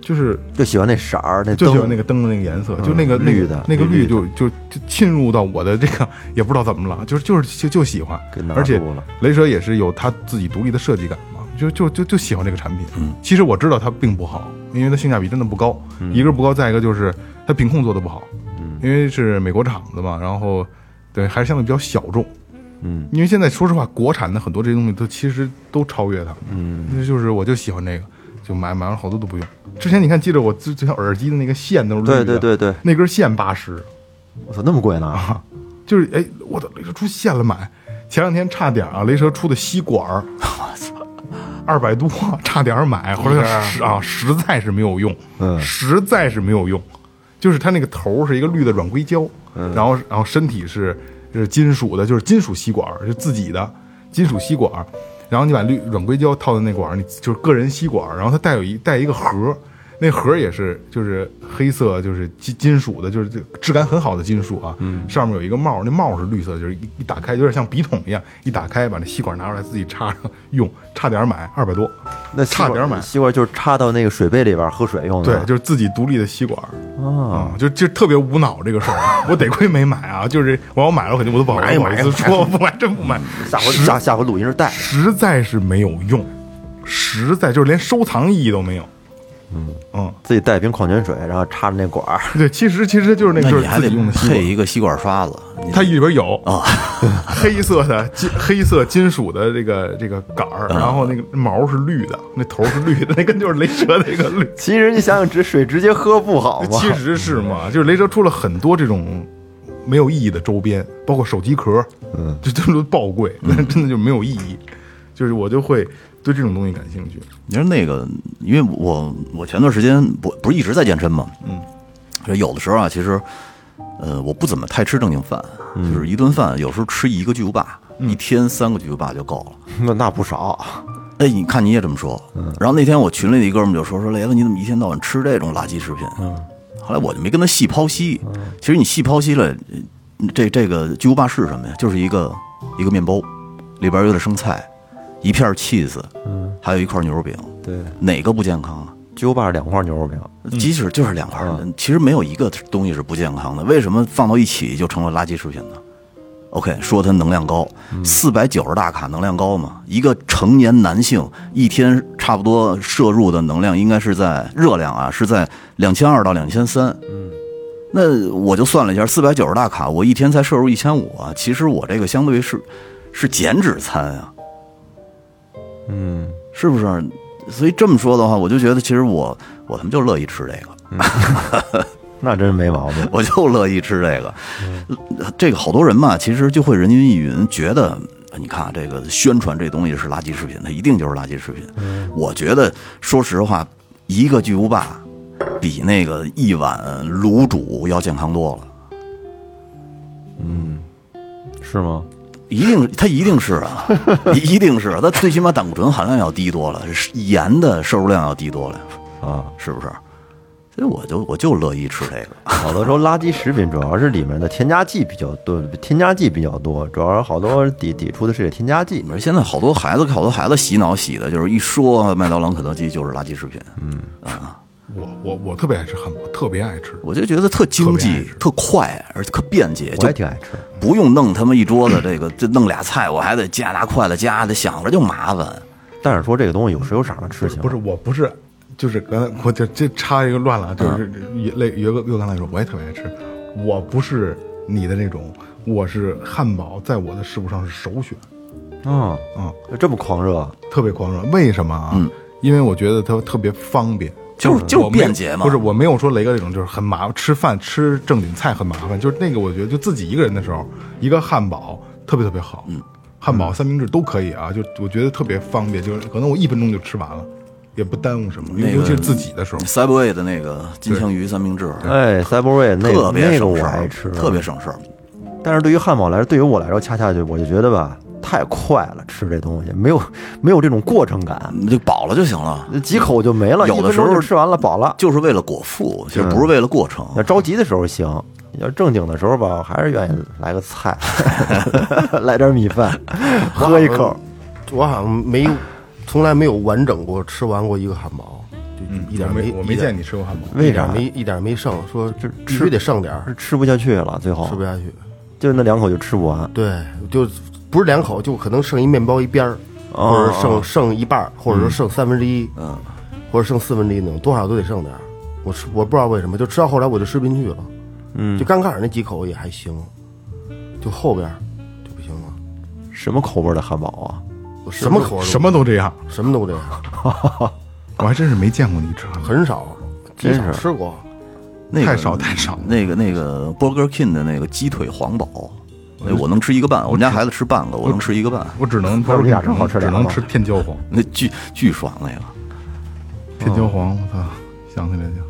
就是就喜欢那色儿，那就灯喜欢那个灯的那个颜色，就那个嗯那个绿的那个绿绿绿就就就侵入到我的这个，也不知道怎么了，就是就是就就喜欢给拿，住而且了雷蛇也是有他自己独立的设计感嘛，就就就就喜欢这个产品。嗯其实我知道它并不好，因为它性价比真的不高，一个是不高，再一个就是它品控做的不好，嗯因为是美国厂子嘛，然后对还是相对比较小众。嗯，因为现在说实话，国产的很多这些东西都其实都超越它。嗯，那就是我就喜欢这个，就买买完好多都不用。之前你看，记着我之之前耳机的那个线都是绿对的，对对对，那根线八十，我操，那么贵呢？就是哎，我的雷蛇出线了买，前两天差点啊，雷蛇出的吸管儿，我操，二百多，差点儿买，后来实啊实在是没有用，嗯实在是没有用，就是它那个头儿是一个绿的软硅胶，然后然后身体是是金属的，就是金属吸管儿，是自己的金属吸管儿，然后你把绿软硅胶套在那管儿，你就是个人吸管儿，然后它带有一带一个盒儿。那盒儿也是就是黑色，就是金金属的，就是这质感很好的金属啊。嗯，上面有一个帽儿，那帽儿是绿色的，就是一一打开有点像笔筒一样，一打开把那吸管拿出来自己插上用，差点儿买二百多。那吸差管点儿买，吸管就是插到那个水杯里边儿喝水用对的，，就是自己独立的吸管啊、嗯就就特别无脑这个事儿，我得亏没买啊，就是我要买了，我肯定我都不好买不好意买思说，我不买真不买，下嗯回下下回录音时带。实在是没有用，实在就是连收藏意义都没有。嗯自己带一瓶矿泉水，然后插着那管儿， 对，其实其实就是那个那就是你还自得己用的吸配管，一个吸管刷子，你它里边有啊， 黑色的金黑色金属的这个这个杆儿，然后那个毛是绿的，那头是绿的，那跟就是雷蛇那个绿。其实你想想，这水直接喝不好吗？其实是嘛，就是雷蛇出了很多这种没有意义的周边，包括手机壳，嗯，就这么爆贵，但是 真的就没有意义。就是我就会对这种东西感兴趣，你说那个，因为我我前段时间不不是一直在健身嘛，嗯，所以有的时候啊，其实，呃，我不怎么太吃正经饭，就是一顿饭有时候吃一个巨无霸，一天三个巨无霸就够了。 那那不少，哎，你看你也这么说。然后那天我群里的一哥们就说说雷子，你怎么一天到晚吃这种垃圾食品？后来我就没跟他细剖析。其实你细剖析了，呃这这个巨无霸是什么呀？就是一个一个面包，里边有点生菜，一片 cheese，还有一块牛肉饼。对，哪个不健康啊？九把两块牛肉饼，即使就是两块儿，其实没有一个东西是不健康的。为什么放到一起就成了垃圾食品呢？OK，说它能量高，四百九十大卡能量高嘛？一个成年男性一天差不多摄入的能量应该是在热量啊，是在两千二到两千三。那我就算了一下，四百九十大卡，我一天才摄入一千五啊。其实我这个相对于是是减脂餐啊，嗯，是不是？所以这么说的话，我就觉得其实我我他妈就乐意吃这个，那真没毛 病。我就乐意吃这个。这个好多人嘛，其实就会人云亦云，觉得你看啊这个宣传这东西是垃圾食品，它一定就是垃圾食品。我觉得说实话，一个巨无霸比那个一碗卤煮要健康多了。是吗？一定，它一定是啊，一定是啊，它最起码胆固醇含量要低多了，是盐的摄入量要低多了，啊，是不是？所以我就我就乐意吃这个，好多时候垃圾食品主要是里面的添加剂比较多，添加剂比较多，主要是好多抵抵触的是这添加剂你。们现在好多孩子，好多孩子洗脑洗的就是一说麦当劳、肯德基就是垃圾食品，嗯啊，我我我特别爱吃汉堡，特别爱吃。我就觉得特经济、特快，而且特便捷，我就也挺爱吃，不用弄他妈一桌子这个，这弄俩菜，我还得加拿筷子夹，得想着就麻烦。但是说这个东西有时有赏的吃行。不是，我不是，就是刚才我这这插一个乱了啊，就是嗯也类有个有刚才说，我也特别爱吃，我不是你的那种，我是汉堡在我的食物上是首选，嗯嗯，这么狂热，啊特别狂热。为什么啊？因为我觉得它特别方便。嗯就是就是我没有便捷嘛不是我没有说雷哥这种就是很麻烦，吃饭吃正经菜很麻烦，就是那个我觉得就自己一个人的时候，一个汉堡特别特别好，嗯汉堡三明治都可以啊，就我觉得特别方便，就是可能我一分钟就吃完了，也不耽误什么，尤那个尤其是自己的时候， Subway 的那个金枪鱼三明治，哎，Subway 那特个别那个省我事爱儿，吃，特别省事儿。但是对于汉堡来说，对于我来说，恰恰就我就觉得吧，太快了，吃这东西没有没有这种过程感，你就饱了就行了，几口就没了，有的时候一分钟就吃完了饱了。就是为了果腹，其实不是为了过程。要着急的时候行，要正经的时候吧，我还是愿意来个 菜， 来点米饭，喝一口。我好像没有，从来没有完整过吃完过一个汉堡，就就一点嗯我没没我没见你吃过汉堡，一点没一点没剩，说这必须得剩点儿，是哦吃不下去了，最后吃不下去。就那两口就吃不完。对，就不是两口，就可能剩一面包一边儿，哦或者剩剩一半儿，或者说剩三分之一，嗯，或者剩四分之一那种，多少都得剩点儿。我吃我不知道为什么，就吃到后来我就吃不进去了，嗯，就刚开始那几口也还行，就后边儿就不行了，什么口味的汉堡啊？我什么口味都什么都这样，什么都这样，我还真是没见过你吃汉堡，很少，真极是少吃过。那个太少太少那个那个 Burger King 的那个鸡腿黄堡，那我能吃一个半，我们家孩子吃半个，我能吃一个半，我只能那我们俩正好吃只俩能吧吃片椒黄，那巨巨爽那个。嗯片椒黄，我操，想起来就。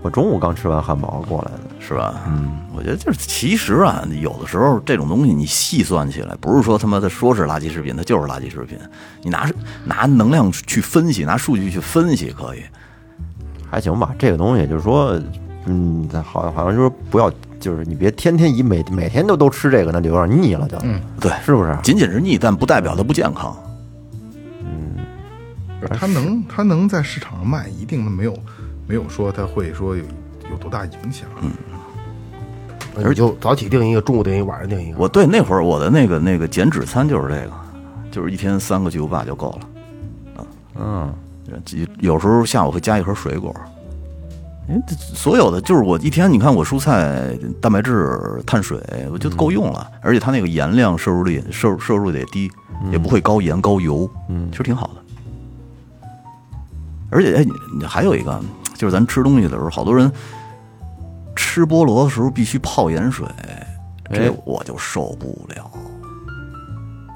我中午刚吃完汉堡过来的。是吧？嗯，我觉得就是其实啊，有的时候这种东西你细算起来，不是说他妈的说是垃圾食品，它就是垃圾食品。你拿拿能量去分析，拿数据去分析可以，还行吧。这个东西就是说，嗯，好，好像就是不要，就是你别天天以每每天都都吃这个，那就有点腻了，就，嗯对是不是？仅仅是腻，但不代表它不健康。它能它能在市场上卖，一定没有没有说它会说有有多大影响。啊嗯你就早起定一个，中午定一个，晚上定一个。我对那会儿我的那个那个减脂餐就是这个，就是一天三个巨无霸就够了。嗯，有时候下午会加一盒水果。因为这所有的就是我一天，你看我蔬菜、蛋白质、碳水，我觉得够用了。而且它那个盐量摄入率摄入摄入率也低，也不会高盐高油，嗯，其实挺好的。而且哎，你你还有一个就是咱吃东西的时候，好多人吃菠萝的时候必须泡盐水，这哎我就受不了。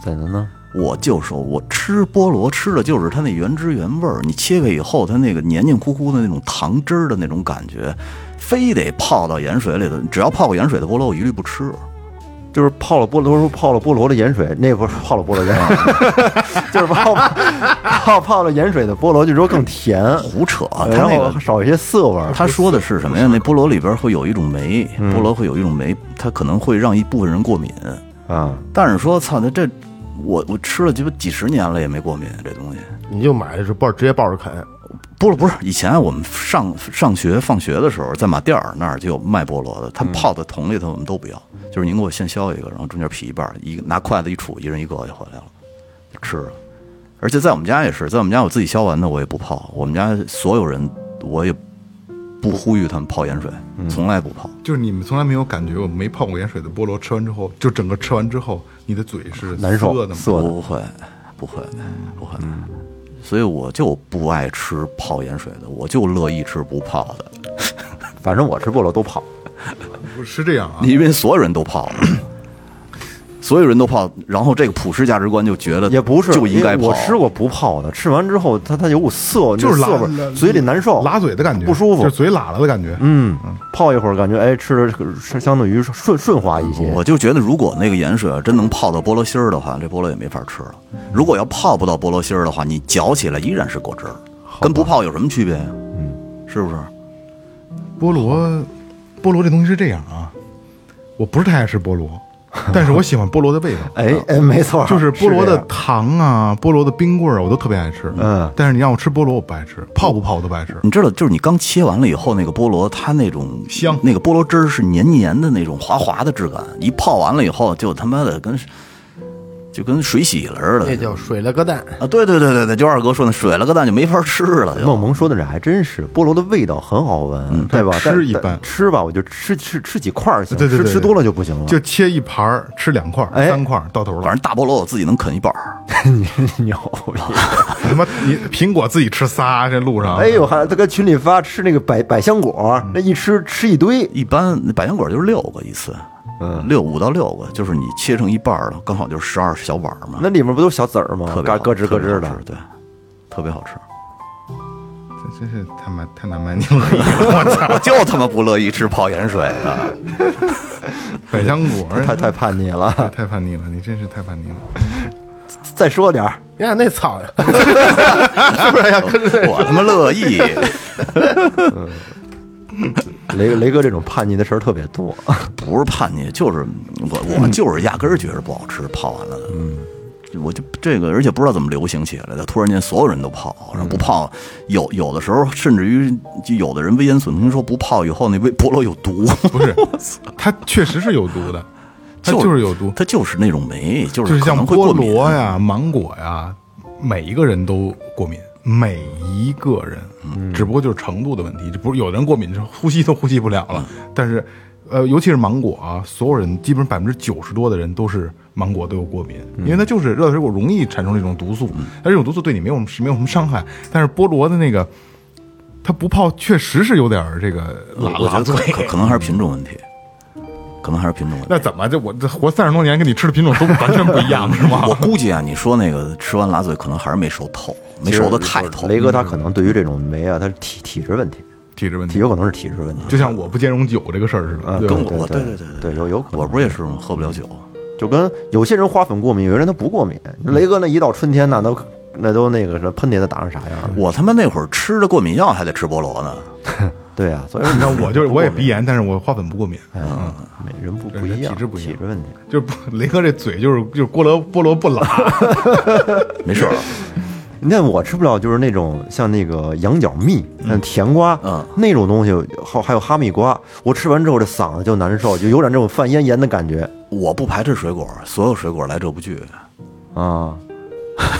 怎的呢？我就说，我吃菠萝吃的就是它那原汁原味儿，你切开以后，它那个黏黏糊糊的那种糖汁儿的那种感觉，非得泡到盐水里头。只要泡过盐水的菠萝，我一律不吃。就是泡了菠萝，泡了菠萝的盐水，那不是泡了菠萝盐水， 就是泡泡泡了盐水的菠萝，据说更甜，啊啊胡扯！啊它呃然那个后少一些涩味儿。他说的是什么呀？那菠萝里边会有一种酶，菠萝会有一种酶，它可能会让一部分人过敏。啊，但是说，操，它这我我吃了鸡巴几十年了也没过敏，这东西。你就买的是抱直接抱着啃，不是不是，以前我们上上学放学的时候，在马甸儿那儿就有卖菠萝的，他们泡在桶里头，我们都不要，就是您给我现削一个，然后中间劈一半儿，一个拿筷子一杵，一人一个就回来了，就吃了。而且在我们家也是，在我们家我自己削完的我也不泡，我们家所有人我也不呼吁他们泡盐水，从来不泡。就是你们从来没有感觉我没泡过盐水的菠萝吃完之后，就整个吃完之后，你的嘴是难受涩的吗？涩的不会，不会，不会。所以我就不爱吃泡盐水的，我就乐意吃不泡的。反正我吃菠萝都泡。不是这样啊，因为所有人都泡了，所有人都泡，然后这个普世价值观就觉得也不是，就应该因泡。为我吃过不泡的，吃完之后它它有股涩，就是那拉涩味拉儿，嘴里难受，拉嘴的感觉不舒服就是。嘴喇了的感觉。嗯，泡一会儿感觉哎，吃的是相对于顺顺滑一哦些。我就觉得，如果那个盐水真能泡到菠萝心儿的话，这菠萝也没法吃了。如果要泡不到菠萝心儿的话，你嚼起来依然是果汁儿，跟不泡有什么区别呀？嗯，是不是？菠萝，菠萝这东西是这样啊，我不是太爱吃菠 萝，但是我喜欢菠萝的味道。哎哎，没错，哦就是菠萝这的样糖啊，菠萝的冰棍儿啊，我都特别爱吃。嗯，但是你让我吃菠萝，我不爱吃，泡不泡我都不爱吃。你知道，就是你刚切完了以后，那个菠萝它那种香那个菠萝汁儿是黏黏的那种滑滑的质感，一泡完了以后，就他妈的跟就跟水洗了似那的。叫水了个蛋。啊，对对对对对，就二哥说的，水了个蛋就没法吃了，就梦萌说的这还真是，菠萝的味道很好嗯闻，对吧？吃但一但般吃吧，我就吃吃吃几块儿行，对对对吃对吃多了就不行了。就切一盘儿，吃两块儿、哎三块儿到头了。 反正大菠萝我自己能啃一半儿。牛 逼！他妈，你苹果自己吃仨，这路上，哎，呦，还他搁群里发吃那个百百香果，嗯那一吃吃一堆，一般百香果就是六个一次，嗯，六五到六个，就是你切成一半儿了，刚好就是十二小碗儿嘛，那里面不都小籽儿吗特？别嘎好咯吱特咯吱别好吃的。对，特别好吃。 这真是他妈太难为您了！ 我操，我就他妈不乐意吃泡盐水啊的，百香果儿太太叛逆了， 太叛逆了，你真是太叛逆了。再说点儿，你看那操呀，我他妈乐意。雷雷哥这种叛逆的事儿特别 多。不是叛逆，就是我嗯我就是压根儿觉着不好吃，泡完了的。嗯，我就这个，而且不知道怎么流行起来的，突然间所有人都泡，然后不泡，有嗯有的时候甚至于就有的人危言耸听说不泡以后那微菠萝有 毒，不是，它确实是有毒的， 它就是有毒，它就是那种酶，就就是是可像能会菠过敏。萝呀、芒果呀，每一个人都过敏，每一个人，嗯只不过就是程度的问题。这不是有的人过敏，是呼吸都呼吸不了了。嗯但是，呃，尤其是芒果啊，所有人基本百分之九十多的人都是芒果都有过敏，嗯因为它就是热带水果容易产生这种毒素，但这种毒素对你没有什么没有什么伤害。但是菠萝的那个，它不泡确实是有点儿这个我辣我觉辣得嘴可。 可可能还是品种问题，可能还是品种问题。那怎么这我这活三十多年，跟你吃的品种都完全不一样是 吗我？估计啊，你说那个吃完辣嘴，可能还是没熟透，没熟的太透。嗯雷哥他可能对于这种酶啊，他是体体质问题，体质问体题，有可能是体质问题。就像我不兼容酒这个事儿似的，啊，对吧跟我对嗯对对对对对，有有可能，我不是也是吗？喝不了酒，就跟有些人花粉过敏，有些人他不过敏。雷哥那一到春天那都那都那个什么喷嚏都打成啥样了。我他妈那会儿吃的过敏药还得吃菠萝呢，对啊，所以说你你 知道我就是我也鼻炎，但是我花粉不过敏，嗯每人不人不一样，体质不一样问题。就是不雷哥这嘴就是就是菠萝菠萝不拉，没事儿了。那我吃不了，就是那种像那个羊角蜜、像甜瓜，嗯那种东西，还还有哈密瓜，我吃完之后这嗓子就难受，就有点这种犯咽炎的感觉我不排斥水果，所有水果来者不拒，啊。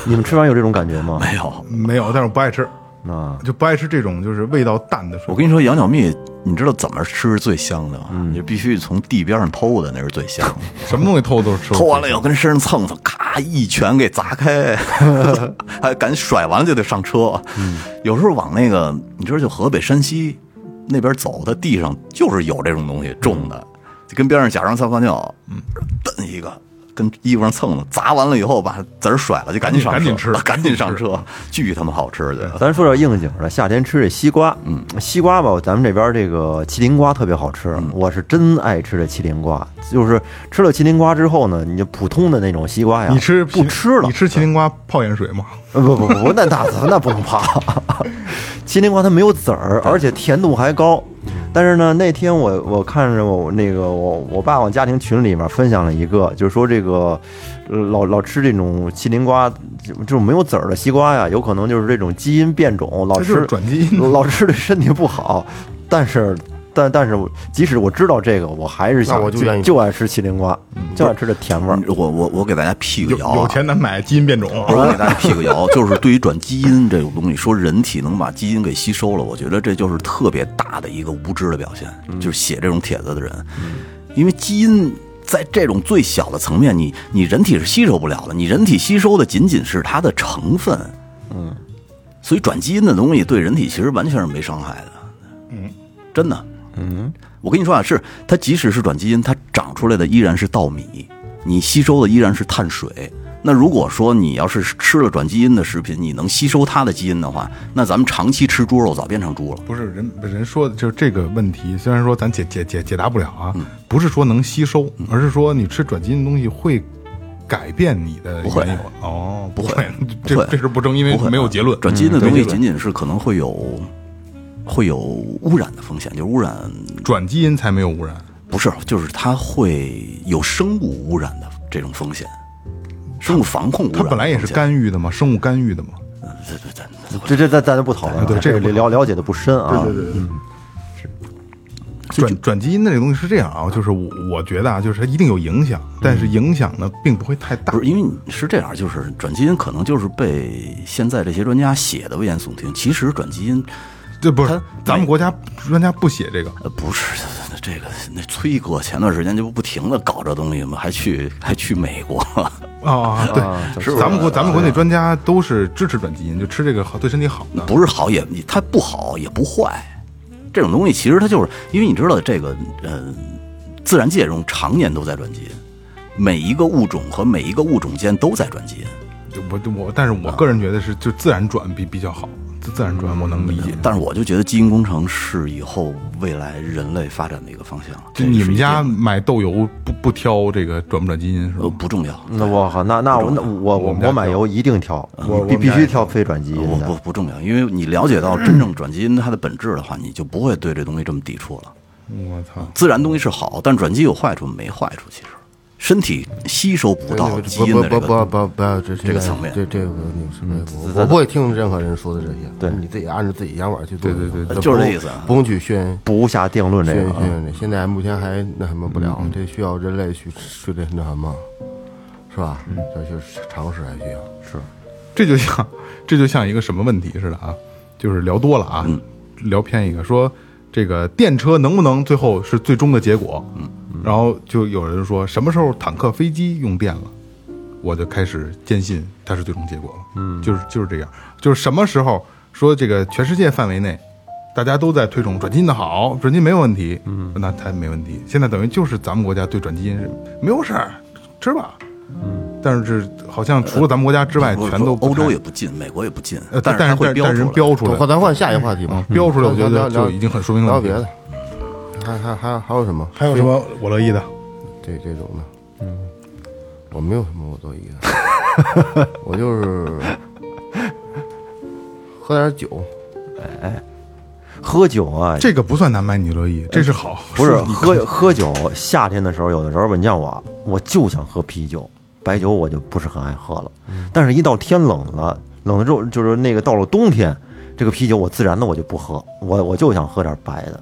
你们吃完有这种感觉吗？没有。没有，但是我不爱吃，啊，就不爱吃这种就是味道淡的水我果。跟你说，羊角蜜，你知道怎么吃是最香的吗？你必须从地边上偷的，那是最香的。什么东西偷都是吃。偷完了以后跟身上蹭蹭，咔一拳给砸 开，还敢甩完了就得上车。嗯有时候往那个你知道，就河北山西那边走，它地上就是有这种东西种的，嗯就跟边上假装撒泡尿，嗯，蹬一个。跟衣服上蹭蹭，砸完了以后把籽儿甩了，就赶紧上车，赶紧吃 赶紧上车，巨他妈好吃去！咱说点应景的，夏天吃这西瓜，嗯，西瓜吧，咱们这边这个麒麟瓜特别好吃，嗯我是真爱吃这麒麟瓜。就是吃了麒麟瓜之后呢，你就普通的那种西瓜呀，你吃不吃了你？吃麒麟瓜泡盐水吗？呃不不不，那那那不能怕。麒麟瓜它没有籽儿，而且甜度还高。但是呢，那天我我看着我那个我我爸往家庭群里面分享了一个，就是说这个呃老老吃这种麒麟瓜，就这种没有籽儿的西瓜呀，有可能就是这种基因变种，老它就吃是转基因的。老吃对身体不好。但是但但是我即使我知道这个，我还是想那我就愿意嗯就爱吃麒麟瓜，就爱吃这甜味儿。我我我给大家辟个有谣啊，嗯有钱难买基因变种，啊不是我给大家辟个谣，就是对于转基因这种东西，说人体能把基因给吸收了，我觉得这就是特别大的一个无知的表现，就是写这种帖子的人，因为基因。在这种最小的层面，你你人体是吸收不了的，你人体吸收的仅仅是它的成分，嗯，所以转基因的东西对人体其实完全是没伤害的，嗯，真的，我跟你说啊，是它即使是转基因，它长出来的依然是稻米，你吸收的依然是碳水。那如果说你要是吃了转基因的食品，你能吸收它的基因的话，那咱们长期吃猪肉早变成猪了。不是人人说的就是这个问题，虽然说咱解解解解答不了啊，嗯不是说能吸收，而是说你吃转基因的东西会改变你的不会原有哦，不会会，不这会这是不争，因为不会啊没有结论。嗯转基因的东没西结论仅仅是可能会有会有污染的风险，就是污染转基因才没有污染，不是，就是它会有生物污染的这种风险，生物防控污它染。本来也是，干预的嘛，生物干预的嘛。对对对，这这咱咱就不讨论了，对这个不讨论了了解的不深啊。对对，转转基因的这个东西是这样啊，就是我我觉得啊，就是它一定有影响，但是影响呢并不会太大不。是，因为你是这样，就是转基因可能就是被现在这些专家写的危言耸听。其实转基因，这不是它咱们国家专家不写这个，呃，不是这个那崔哥前段时间就不停的搞这东西嘛，还去还去美国， 啊，就是对，咱们国咱们国内专家都是支持转基因，就吃这个好对身体好的。不是好也它不好也不坏，这种东西其实它就是因为你知道这个呃，自然界中常年都在转基因，每一个物种和每一个物种间都在转基因。我我，但是我个人觉得是就自然转比比较好，自自然转我能理解。但是我就觉得基因工程是以后未来人类发展的一个方向。就你们家买豆油不不挑这个转不转基因是呃吧？不重要，那我靠，那那我那我啊我我们家我买油一定挑，我必我们必家须也挑非转基因不不的。不重要，因为你了解到真正转基因它的本质的话，你就不会对这东西这么抵触了。我操！自然东西是好，但转基因有坏处没坏处，其实身体吸收不到基不因不的这不不个。不不要这这个层面这这个你是没有我我不会听任何人说的这些，对你自己按照自己想法去做就行，对对对就是这意思啊不用去宣不下定论这宣个啊，宣这，现在目前还那什么不了，这需要人类去去这那什么，是吧？要去尝试还需要是这就像这就像一个什么问题似的啊，就是聊多了啊，聊偏一个说这个电车能不能最后是最终的结果，然后就有人说什么时候坦克、飞机用电了，我就开始坚信它是最终结果了，嗯，就是就是这样，就是什么时候说这个全世界范围内。大家都在推崇转基因的好，转基因没有问题，嗯，那它没问题。现在等于就是咱们国家对转基因是没有事儿，吃吧，嗯。但是好像除了咱们国家之外，不是全都不欧太洲也不进，美国也不进呃，，但但它是会但标但出人来。标出来嗯咱，咱换下一个话题吧，标出来我觉嗯聊得聊就已经很说明了。聊别的，还还还还有什么？还有什么我乐意的？这这种的， 嗯，我没有什么我做意的，我就是喝点酒，喝酒啊，这个不算南蛮尼罗意，这是好，不是说你喝喝酒，夏天的时候，有的时候你像我，我就想喝啤酒，白酒我就不是很爱喝了。嗯但是，一到天冷了，冷了之后，就是那个到了冬天，这个啤酒我自然的我就不喝，我我就想喝点白的。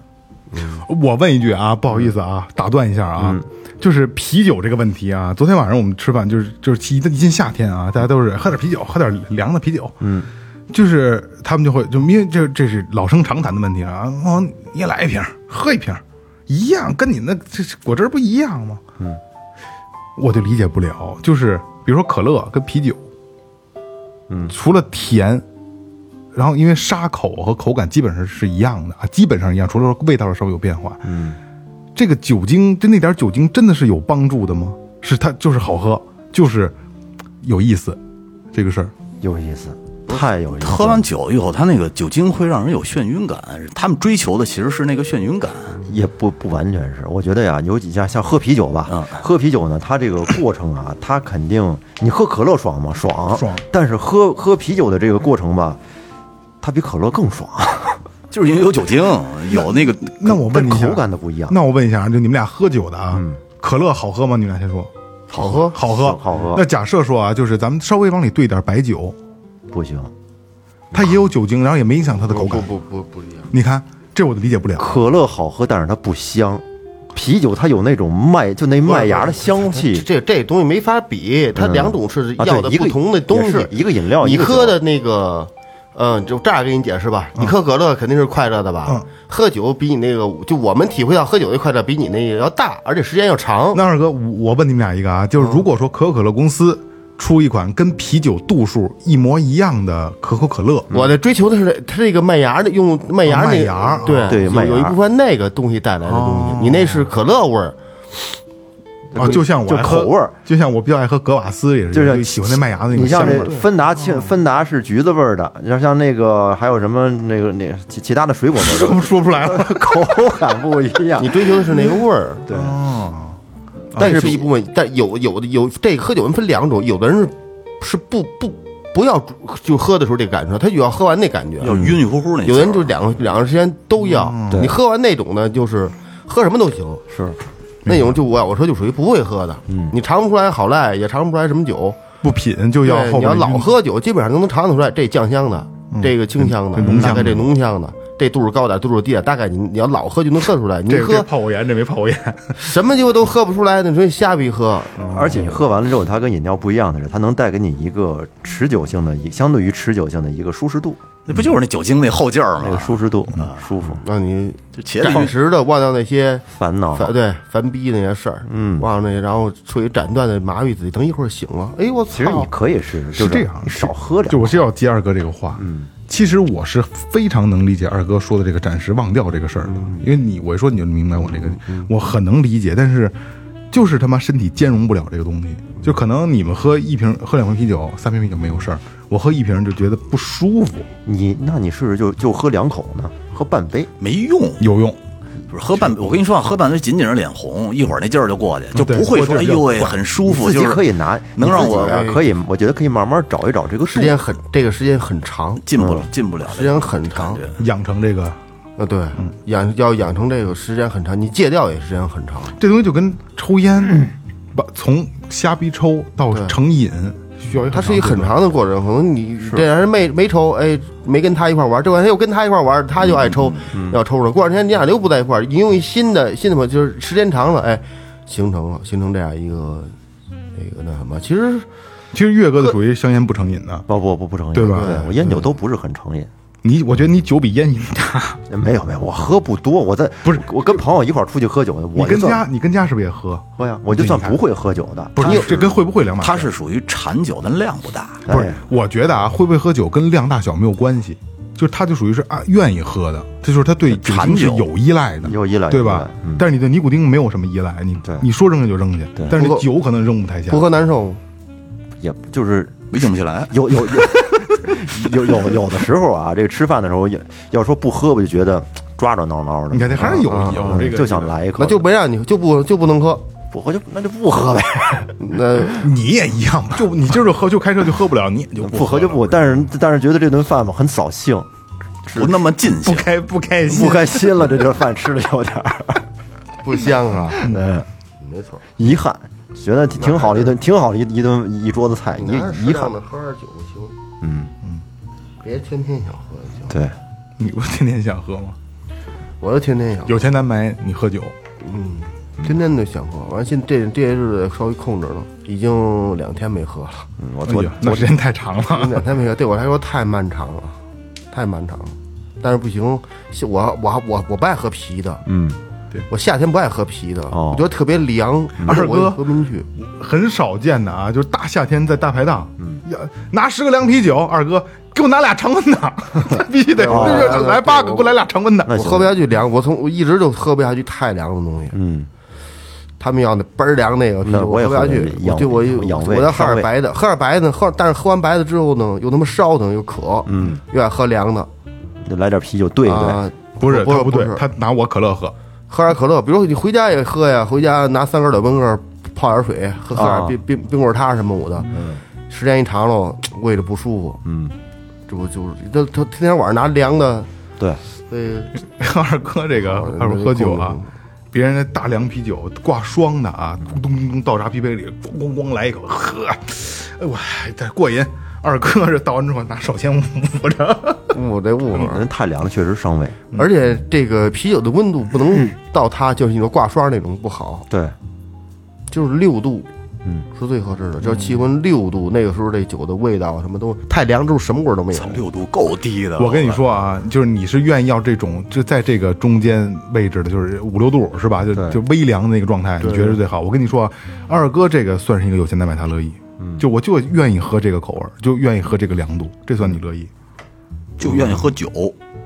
我问一句啊，不好意思啊，打断一下啊，就是啤酒这个问题啊，昨天晚上我们吃饭就是就是一一进夏天啊，大家都是喝点啤酒，喝点凉的啤酒，嗯，就是他们就会就因为这这是老生常谈的问题啊，哦，你也来一瓶，喝一瓶，一样跟你那这这果汁儿不一样吗？嗯，我就理解不了，就是比如说可乐跟啤酒，嗯，除了甜，然后因为沙口和口感基本上是一样的啊，基本上一样，除了说味道上稍微有变化。嗯，这个酒精就那点酒精真的是有帮助的吗？是它就是好喝，就是有意思，这个事儿。有意思，太有意思了。喝完酒以后，它那个酒精会让人有眩晕感，他们追求的其实是那个眩晕感。也不不完全是，我觉得呀，有几家像喝啤酒吧，嗯喝啤酒呢，它这个过程啊，它肯定你喝可乐爽吗？爽，爽。但是喝喝啤酒的这个过程吧，它比可乐更爽，就是因为有酒精，有那个那嗯我问但你一下口感的不一样。嗯那我问一下啊，就你们俩喝酒的啊，可乐好喝吗？你们俩先说。好喝。好喝，好喝那假设说啊，就是咱们稍微往里兑点白酒，不行，它也有酒精，然后也没影响它的口不感。不不不一样，你看，这我就理解不了。可乐好喝，但是它不香。啤酒它有那种麦，就那麦芽的香气。这这东西没法比，它两种是嗯啊对要的一个不同的东也西是，一个饮料你一个酒嗯喝的那个，嗯，就这样给你解释吧。你喝可乐肯定是快乐的吧嗯？喝酒比你那个，就我们体会到喝酒的快乐比你那个要大，而且时间要长。那二哥，我我问你们俩一个啊，就是如果说可口可乐公司出一款跟啤酒度数一模一样的可口可乐，我的追求的是它这个麦芽的，用麦芽嗯哦麦那芽啊个，对对麦有芽有一部分那个东西带来的东西，你那是可乐味儿，啊，就像我就爱喝口味儿，就像我比较爱喝格瓦斯，也是就像喜欢那麦芽的那你个香像味这儿。 芬达青，芬达是橘子味儿的，你像像那个还有什么那个那其其他的水果味儿说说不出来了，的，口感不一样你。追求的是那个味儿。对，哦但是一部分，但有有的有这个喝酒人分两种，有的人是是不不不要就喝的时候这个感受，他就要喝完那感觉，要晕晕乎乎那劲儿。有的人就两个两个时间都要，对你喝完那种呢，就是喝什么都行，是那种就我我说就属于不会喝的，你尝不出来好赖，也尝不出来什么酒，不品就要对后你要边老晕喝酒，基本上都能尝得出来，这酱香的，这个清香的这浓，大香概的嗯这浓香的。这度数高点，度数低点，大概你你要老喝就能喝出来。你这这喝泡过盐，这没泡过盐，什么酒都喝不出来，那所以瞎逼喝。嗯而且你喝完了之后，它跟饮料不一样的是，它能带给你一个持久性的，一相对于持久性的一个舒适度，那不就是那酒精那后劲儿那个吗？舒适度啊舒服，让你就茄子暂时的忘掉那些烦恼烦对烦逼那些事儿，啊嗯，忘了那些，然后处于斩断的麻痹自己，等一会儿醒了，哎我其实你操，可以试试，就是这样你少喝就点。我是要接二哥这个话，嗯，其实我是非常能理解二哥说的这个暂时忘掉这个事儿的，嗯因为你我一说你就明白我这个，我很能理解，但是就是他妈身体兼容不了这个东西，嗯就可能你们喝一瓶、喝两瓶啤酒、三瓶啤酒没有事儿，我喝一瓶就觉得不舒服，你那你试试就就喝两口呢，喝半杯，没用，有用。不是喝半，我跟你说啊，喝半杯仅仅是脸红，一会儿那劲儿就过去，就嗯对不会说过哎劲儿就呦过喂，很舒服，自己就是可以拿，能让我你哎自己啊可以，我觉得可以慢慢找一找这个时时间很这个时间很长，进不了，嗯进不了时间很长感觉养成这个啊，对，养要养成这个时间很长，你戒掉也时间很长，这东西就跟抽烟，把从瞎逼抽到成瘾，需要一它是一个很长长的过程，可能你这人没没抽，哎，没跟他一块玩，这两天又跟他一块玩，他就爱抽，要抽了，过两天你俩又不在一块儿，你用一新的新的嘛，就是时间长了，哎，形成了形成这样一个那个那什么，其实的。其实岳哥的属于香烟不成瘾的，不不不不成瘾，对吧我烟酒都不是很成瘾。你我觉得你酒比烟瘾大。没有没有，我喝不多，我在不是我跟朋友一块儿出去喝酒，你我就跟家算你跟家是不是也喝？喝呀，我就算不会喝酒的，不是，这跟会不会两码事。它是属于馋酒，但量不大。不哎是？我觉得啊，会不会喝酒跟量大小没有关系，就是他就属于是啊愿意喝的，这就是他对酒精是馋酒有依赖的，有依赖对吧有依赖嗯？但是你对尼古丁没有什么依赖，你对你说扔下就扔下，但是不过酒可能扔不太下不。喝难受。也就是硬不起来，有有有有有有的时候啊，这个吃饭的时候也要说不喝，我就觉得抓抓挠挠的。嗯你看这还是有啊啊有这个，就想来一口， 那就没让你就不就不能喝，不喝就那就不喝呗，那你也一样，就你就是喝就开车就喝不了，你也就不喝就了不。但是但是觉得这顿饭吧很扫兴，不那么尽不兴。开不开心，不开心了，这顿饭吃的有点儿不香 啊，没错，遗憾，觉得挺挺好的一顿，挺好的一一顿一桌子菜，哎你还是遗适遗憾当的喝点酒就行，嗯，别天天想喝就行。对，你不天天想喝吗？我就天天想，有钱难买，你喝酒，嗯，天天都想喝。完，现在这这些日子稍微控制了，已经两天没喝了，嗯，我哎昨呦那时间太长了。 两天没喝，对我来说太漫长了，太漫长了。但是不行，我我我我不爱喝啤的，嗯，我夏天不爱喝啤的，哦我觉得特别凉，二哥我也喝不进去。很少见的啊，就是大夏天在大排档，嗯要拿十个凉啤酒，二哥给我拿俩常温 的，必须得哦来八个，给我来俩常温的。我喝不下去凉，我从我一直就喝不下去太凉的东西。嗯，他们要那倍儿凉那个啤那酒，我也喝不下喝去不。下我去就我养养胃我要喝伤点胃白的，喝点白的，喝但是喝完白的之后呢，又他妈烧腾又渴，嗯，又爱喝凉的就来点啤酒兑一兑，啊。不是不他是不对是，，他拿我可乐喝， 喝点可乐，比如你回家也喝呀，回家拿三根小冰棍泡点水，喝喝啊点冰冰冰棍儿什么我的，时间一长了，胃里不舒服，嗯，这不就是他他天天晚上拿凉的，对，所以二哥这个哦二哥喝酒啊那就够了，嗯别人那大凉啤酒挂霜的啊，咚咚咚倒茶啤杯里，咣咣咣来一口，喝，哎我这过瘾。二哥这倒完之后拿手先捂着，我这误会儿。人太凉了确实伤胃，嗯而且这个啤酒的温度不能到它就是你说挂霜那种不好，对，就是六度，嗯，是最合适的。只要气温六度，那个时候这酒的味道什么都太凉之后什么味儿都没有。六度够低的，我跟你说啊，就是你是愿意要这种就在这个中间位置的，就是五六度是吧？就对嗯就微凉的那个状态，你觉得是最好。我跟你说啊，二哥这个算是一个有钱难买他乐意，就我就愿意喝这个口味儿，就愿意喝这个凉度，这算你乐意。就愿意喝酒，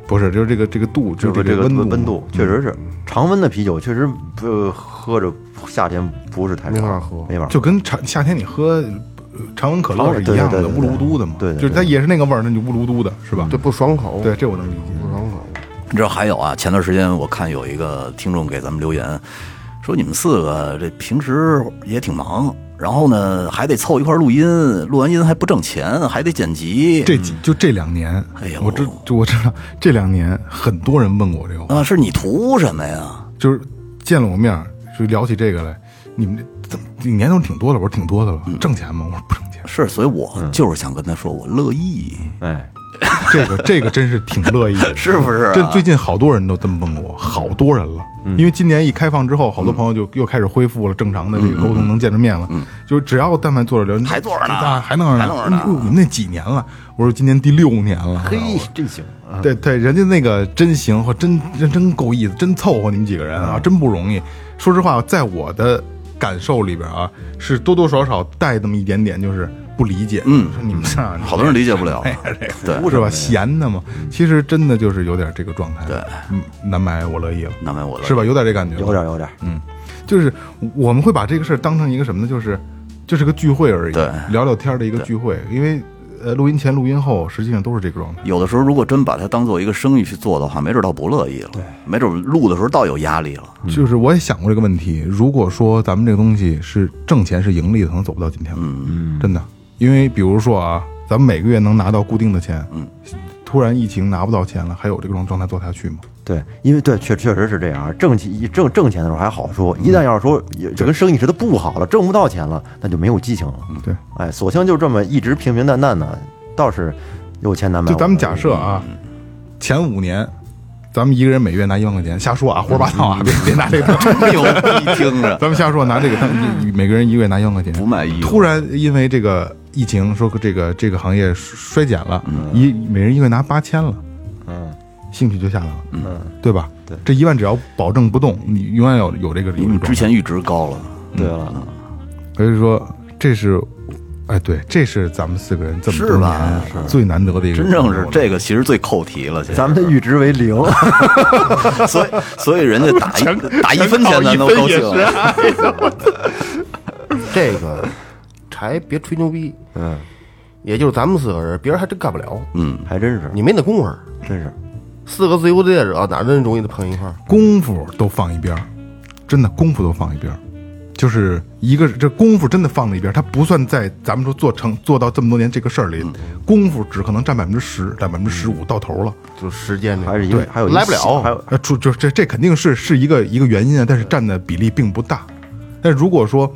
不是，就是这个这个度，就就是是这个个度，温度确实是常温的啤酒确实不喝着夏天不是太没法凉喝没法就跟常夏天你喝呃常温可乐是一样的，对对对乌噜嘟的嘛，对对对嗯就是它也是那个味儿，那就乌噜嘟的是吧？对，不爽口，对，这我能理解。不爽口。你知道还有啊？前段时间我看有一个听众给咱们留言，说你们四个这平时也挺忙，然后呢还得凑一块儿录音，录完音还不挣钱，还得剪辑。这几就这两年，哎呦我知就我知道这两年很多人问过我这个话，啊，是你图什么呀？。就是见了我面儿就聊起这个来，你们这怎么你年头挺多的？我说挺多的了，挣钱吗？我说不挣钱是，所以我就是想跟他说，我乐意，哎，这个这个真是挺乐意 的，是不是啊嗯这最近好多人都这么问我，好多人了。因为今年一开放之后，好多朋友就又开始恢复了正常的这个沟通，能见着面了。就只要但凡坐着聊，嗯还坐着呢啊还能还能着呢哎呦你们那几年了？我说今年第六年了。嘿，真行，啊对对，人家那个真行，或真真真够意思，真凑合你们几个人嗯啊，真不容易。说实话，在我的感受里边啊，是多多少少带那么一点点，就是不理解。嗯，说你们仨，好多人理解不了。对不是吧？闲的嘛，其实真的就是有点这个状态。对，嗯，难买我乐意了，难为我乐意是吧？有点这感觉，有点。有点，就是我们会把这个事儿当成一个什么呢？就是就是个聚会而已对，聊聊天儿的一个聚会。因为呃，录音前、录音后，实际上都是这个状态。有的时候，如果真把它当做一个生意去做的话，没准倒不乐意了。对，没准录的时候倒有压力 了。就是我也想过这个问题，如果说咱们这个东西是挣钱是盈利的，可能走不到今天了。嗯，真的，因为比如说啊，咱们每个月能拿到固定的钱，嗯，突然疫情拿不到钱了，还有这种状态做下去吗？对，因为对，确确实是这样。啊挣钱挣挣钱的时候还好说，一旦要是说也就跟生意似的不好了，挣不到钱了，那就没有激情了。对，哎，索性就这么一直平平淡淡的，倒是有钱难买。就咱们假设啊，前五年。咱们一个人每月拿一万块钱，瞎说啊，胡说八道啊，别别拿这 个，牛逼，听着咱们瞎说，拿这个，咱们一每个人一个月拿一万块钱，不卖艺。突然因为这个疫情，说这个这个行业衰减了，一每人一个月拿八千了，嗯，兴趣就下来了，嗯，对吧？对这一万只要保证不动，你永远有有这个理因为论。你嗯之前阈值高了，对了，所以说这是，哎，对，这是咱们四个人这么多是吧年最难得的一个，真正是这个其实最扣题了。现在咱们的阈值为零， 所以所以人家打一打一分钱咱都高兴了。这个还别吹牛逼， 嗯，也就是咱们四个人，别人还真干不了，嗯，还真是，你没那功夫儿。真是四个自由职业者哪儿真容易的碰一块儿？功夫都放一边儿，真的功夫都放一边儿，就是一个这功夫真的放在一边，它不算在咱们说做成做到这么多年这个事儿嗯里，功夫只可能占百分之十，占百分之十五到头了。就时间这个还是因为还有一来不了还有呃，出就这这肯定是是一个一个原因啊，但是占的比例并不大。但如果说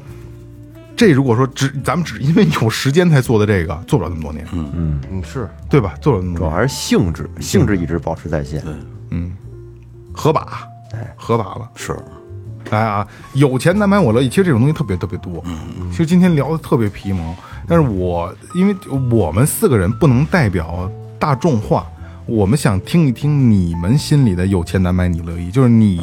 这如果说只咱们只因为有时间才做的这个，做不了那么多年，嗯，嗯是对吧？做不了那么主多要年，还是性质，性质一直保持在线。合把，合把了。是哎啊，有钱难买我乐意。其实这种东西特别特别多。其实今天聊的特别皮毛，但是我因为我们四个人不能代表大众化，我们想听一听你们心里的有钱难买你乐意，就是你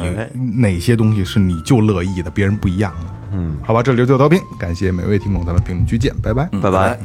哪些东西是你就乐意的，别人不一样的。嗯，好吧，这里是最后调频，感谢每位听众，咱们评论区见，拜拜。拜拜。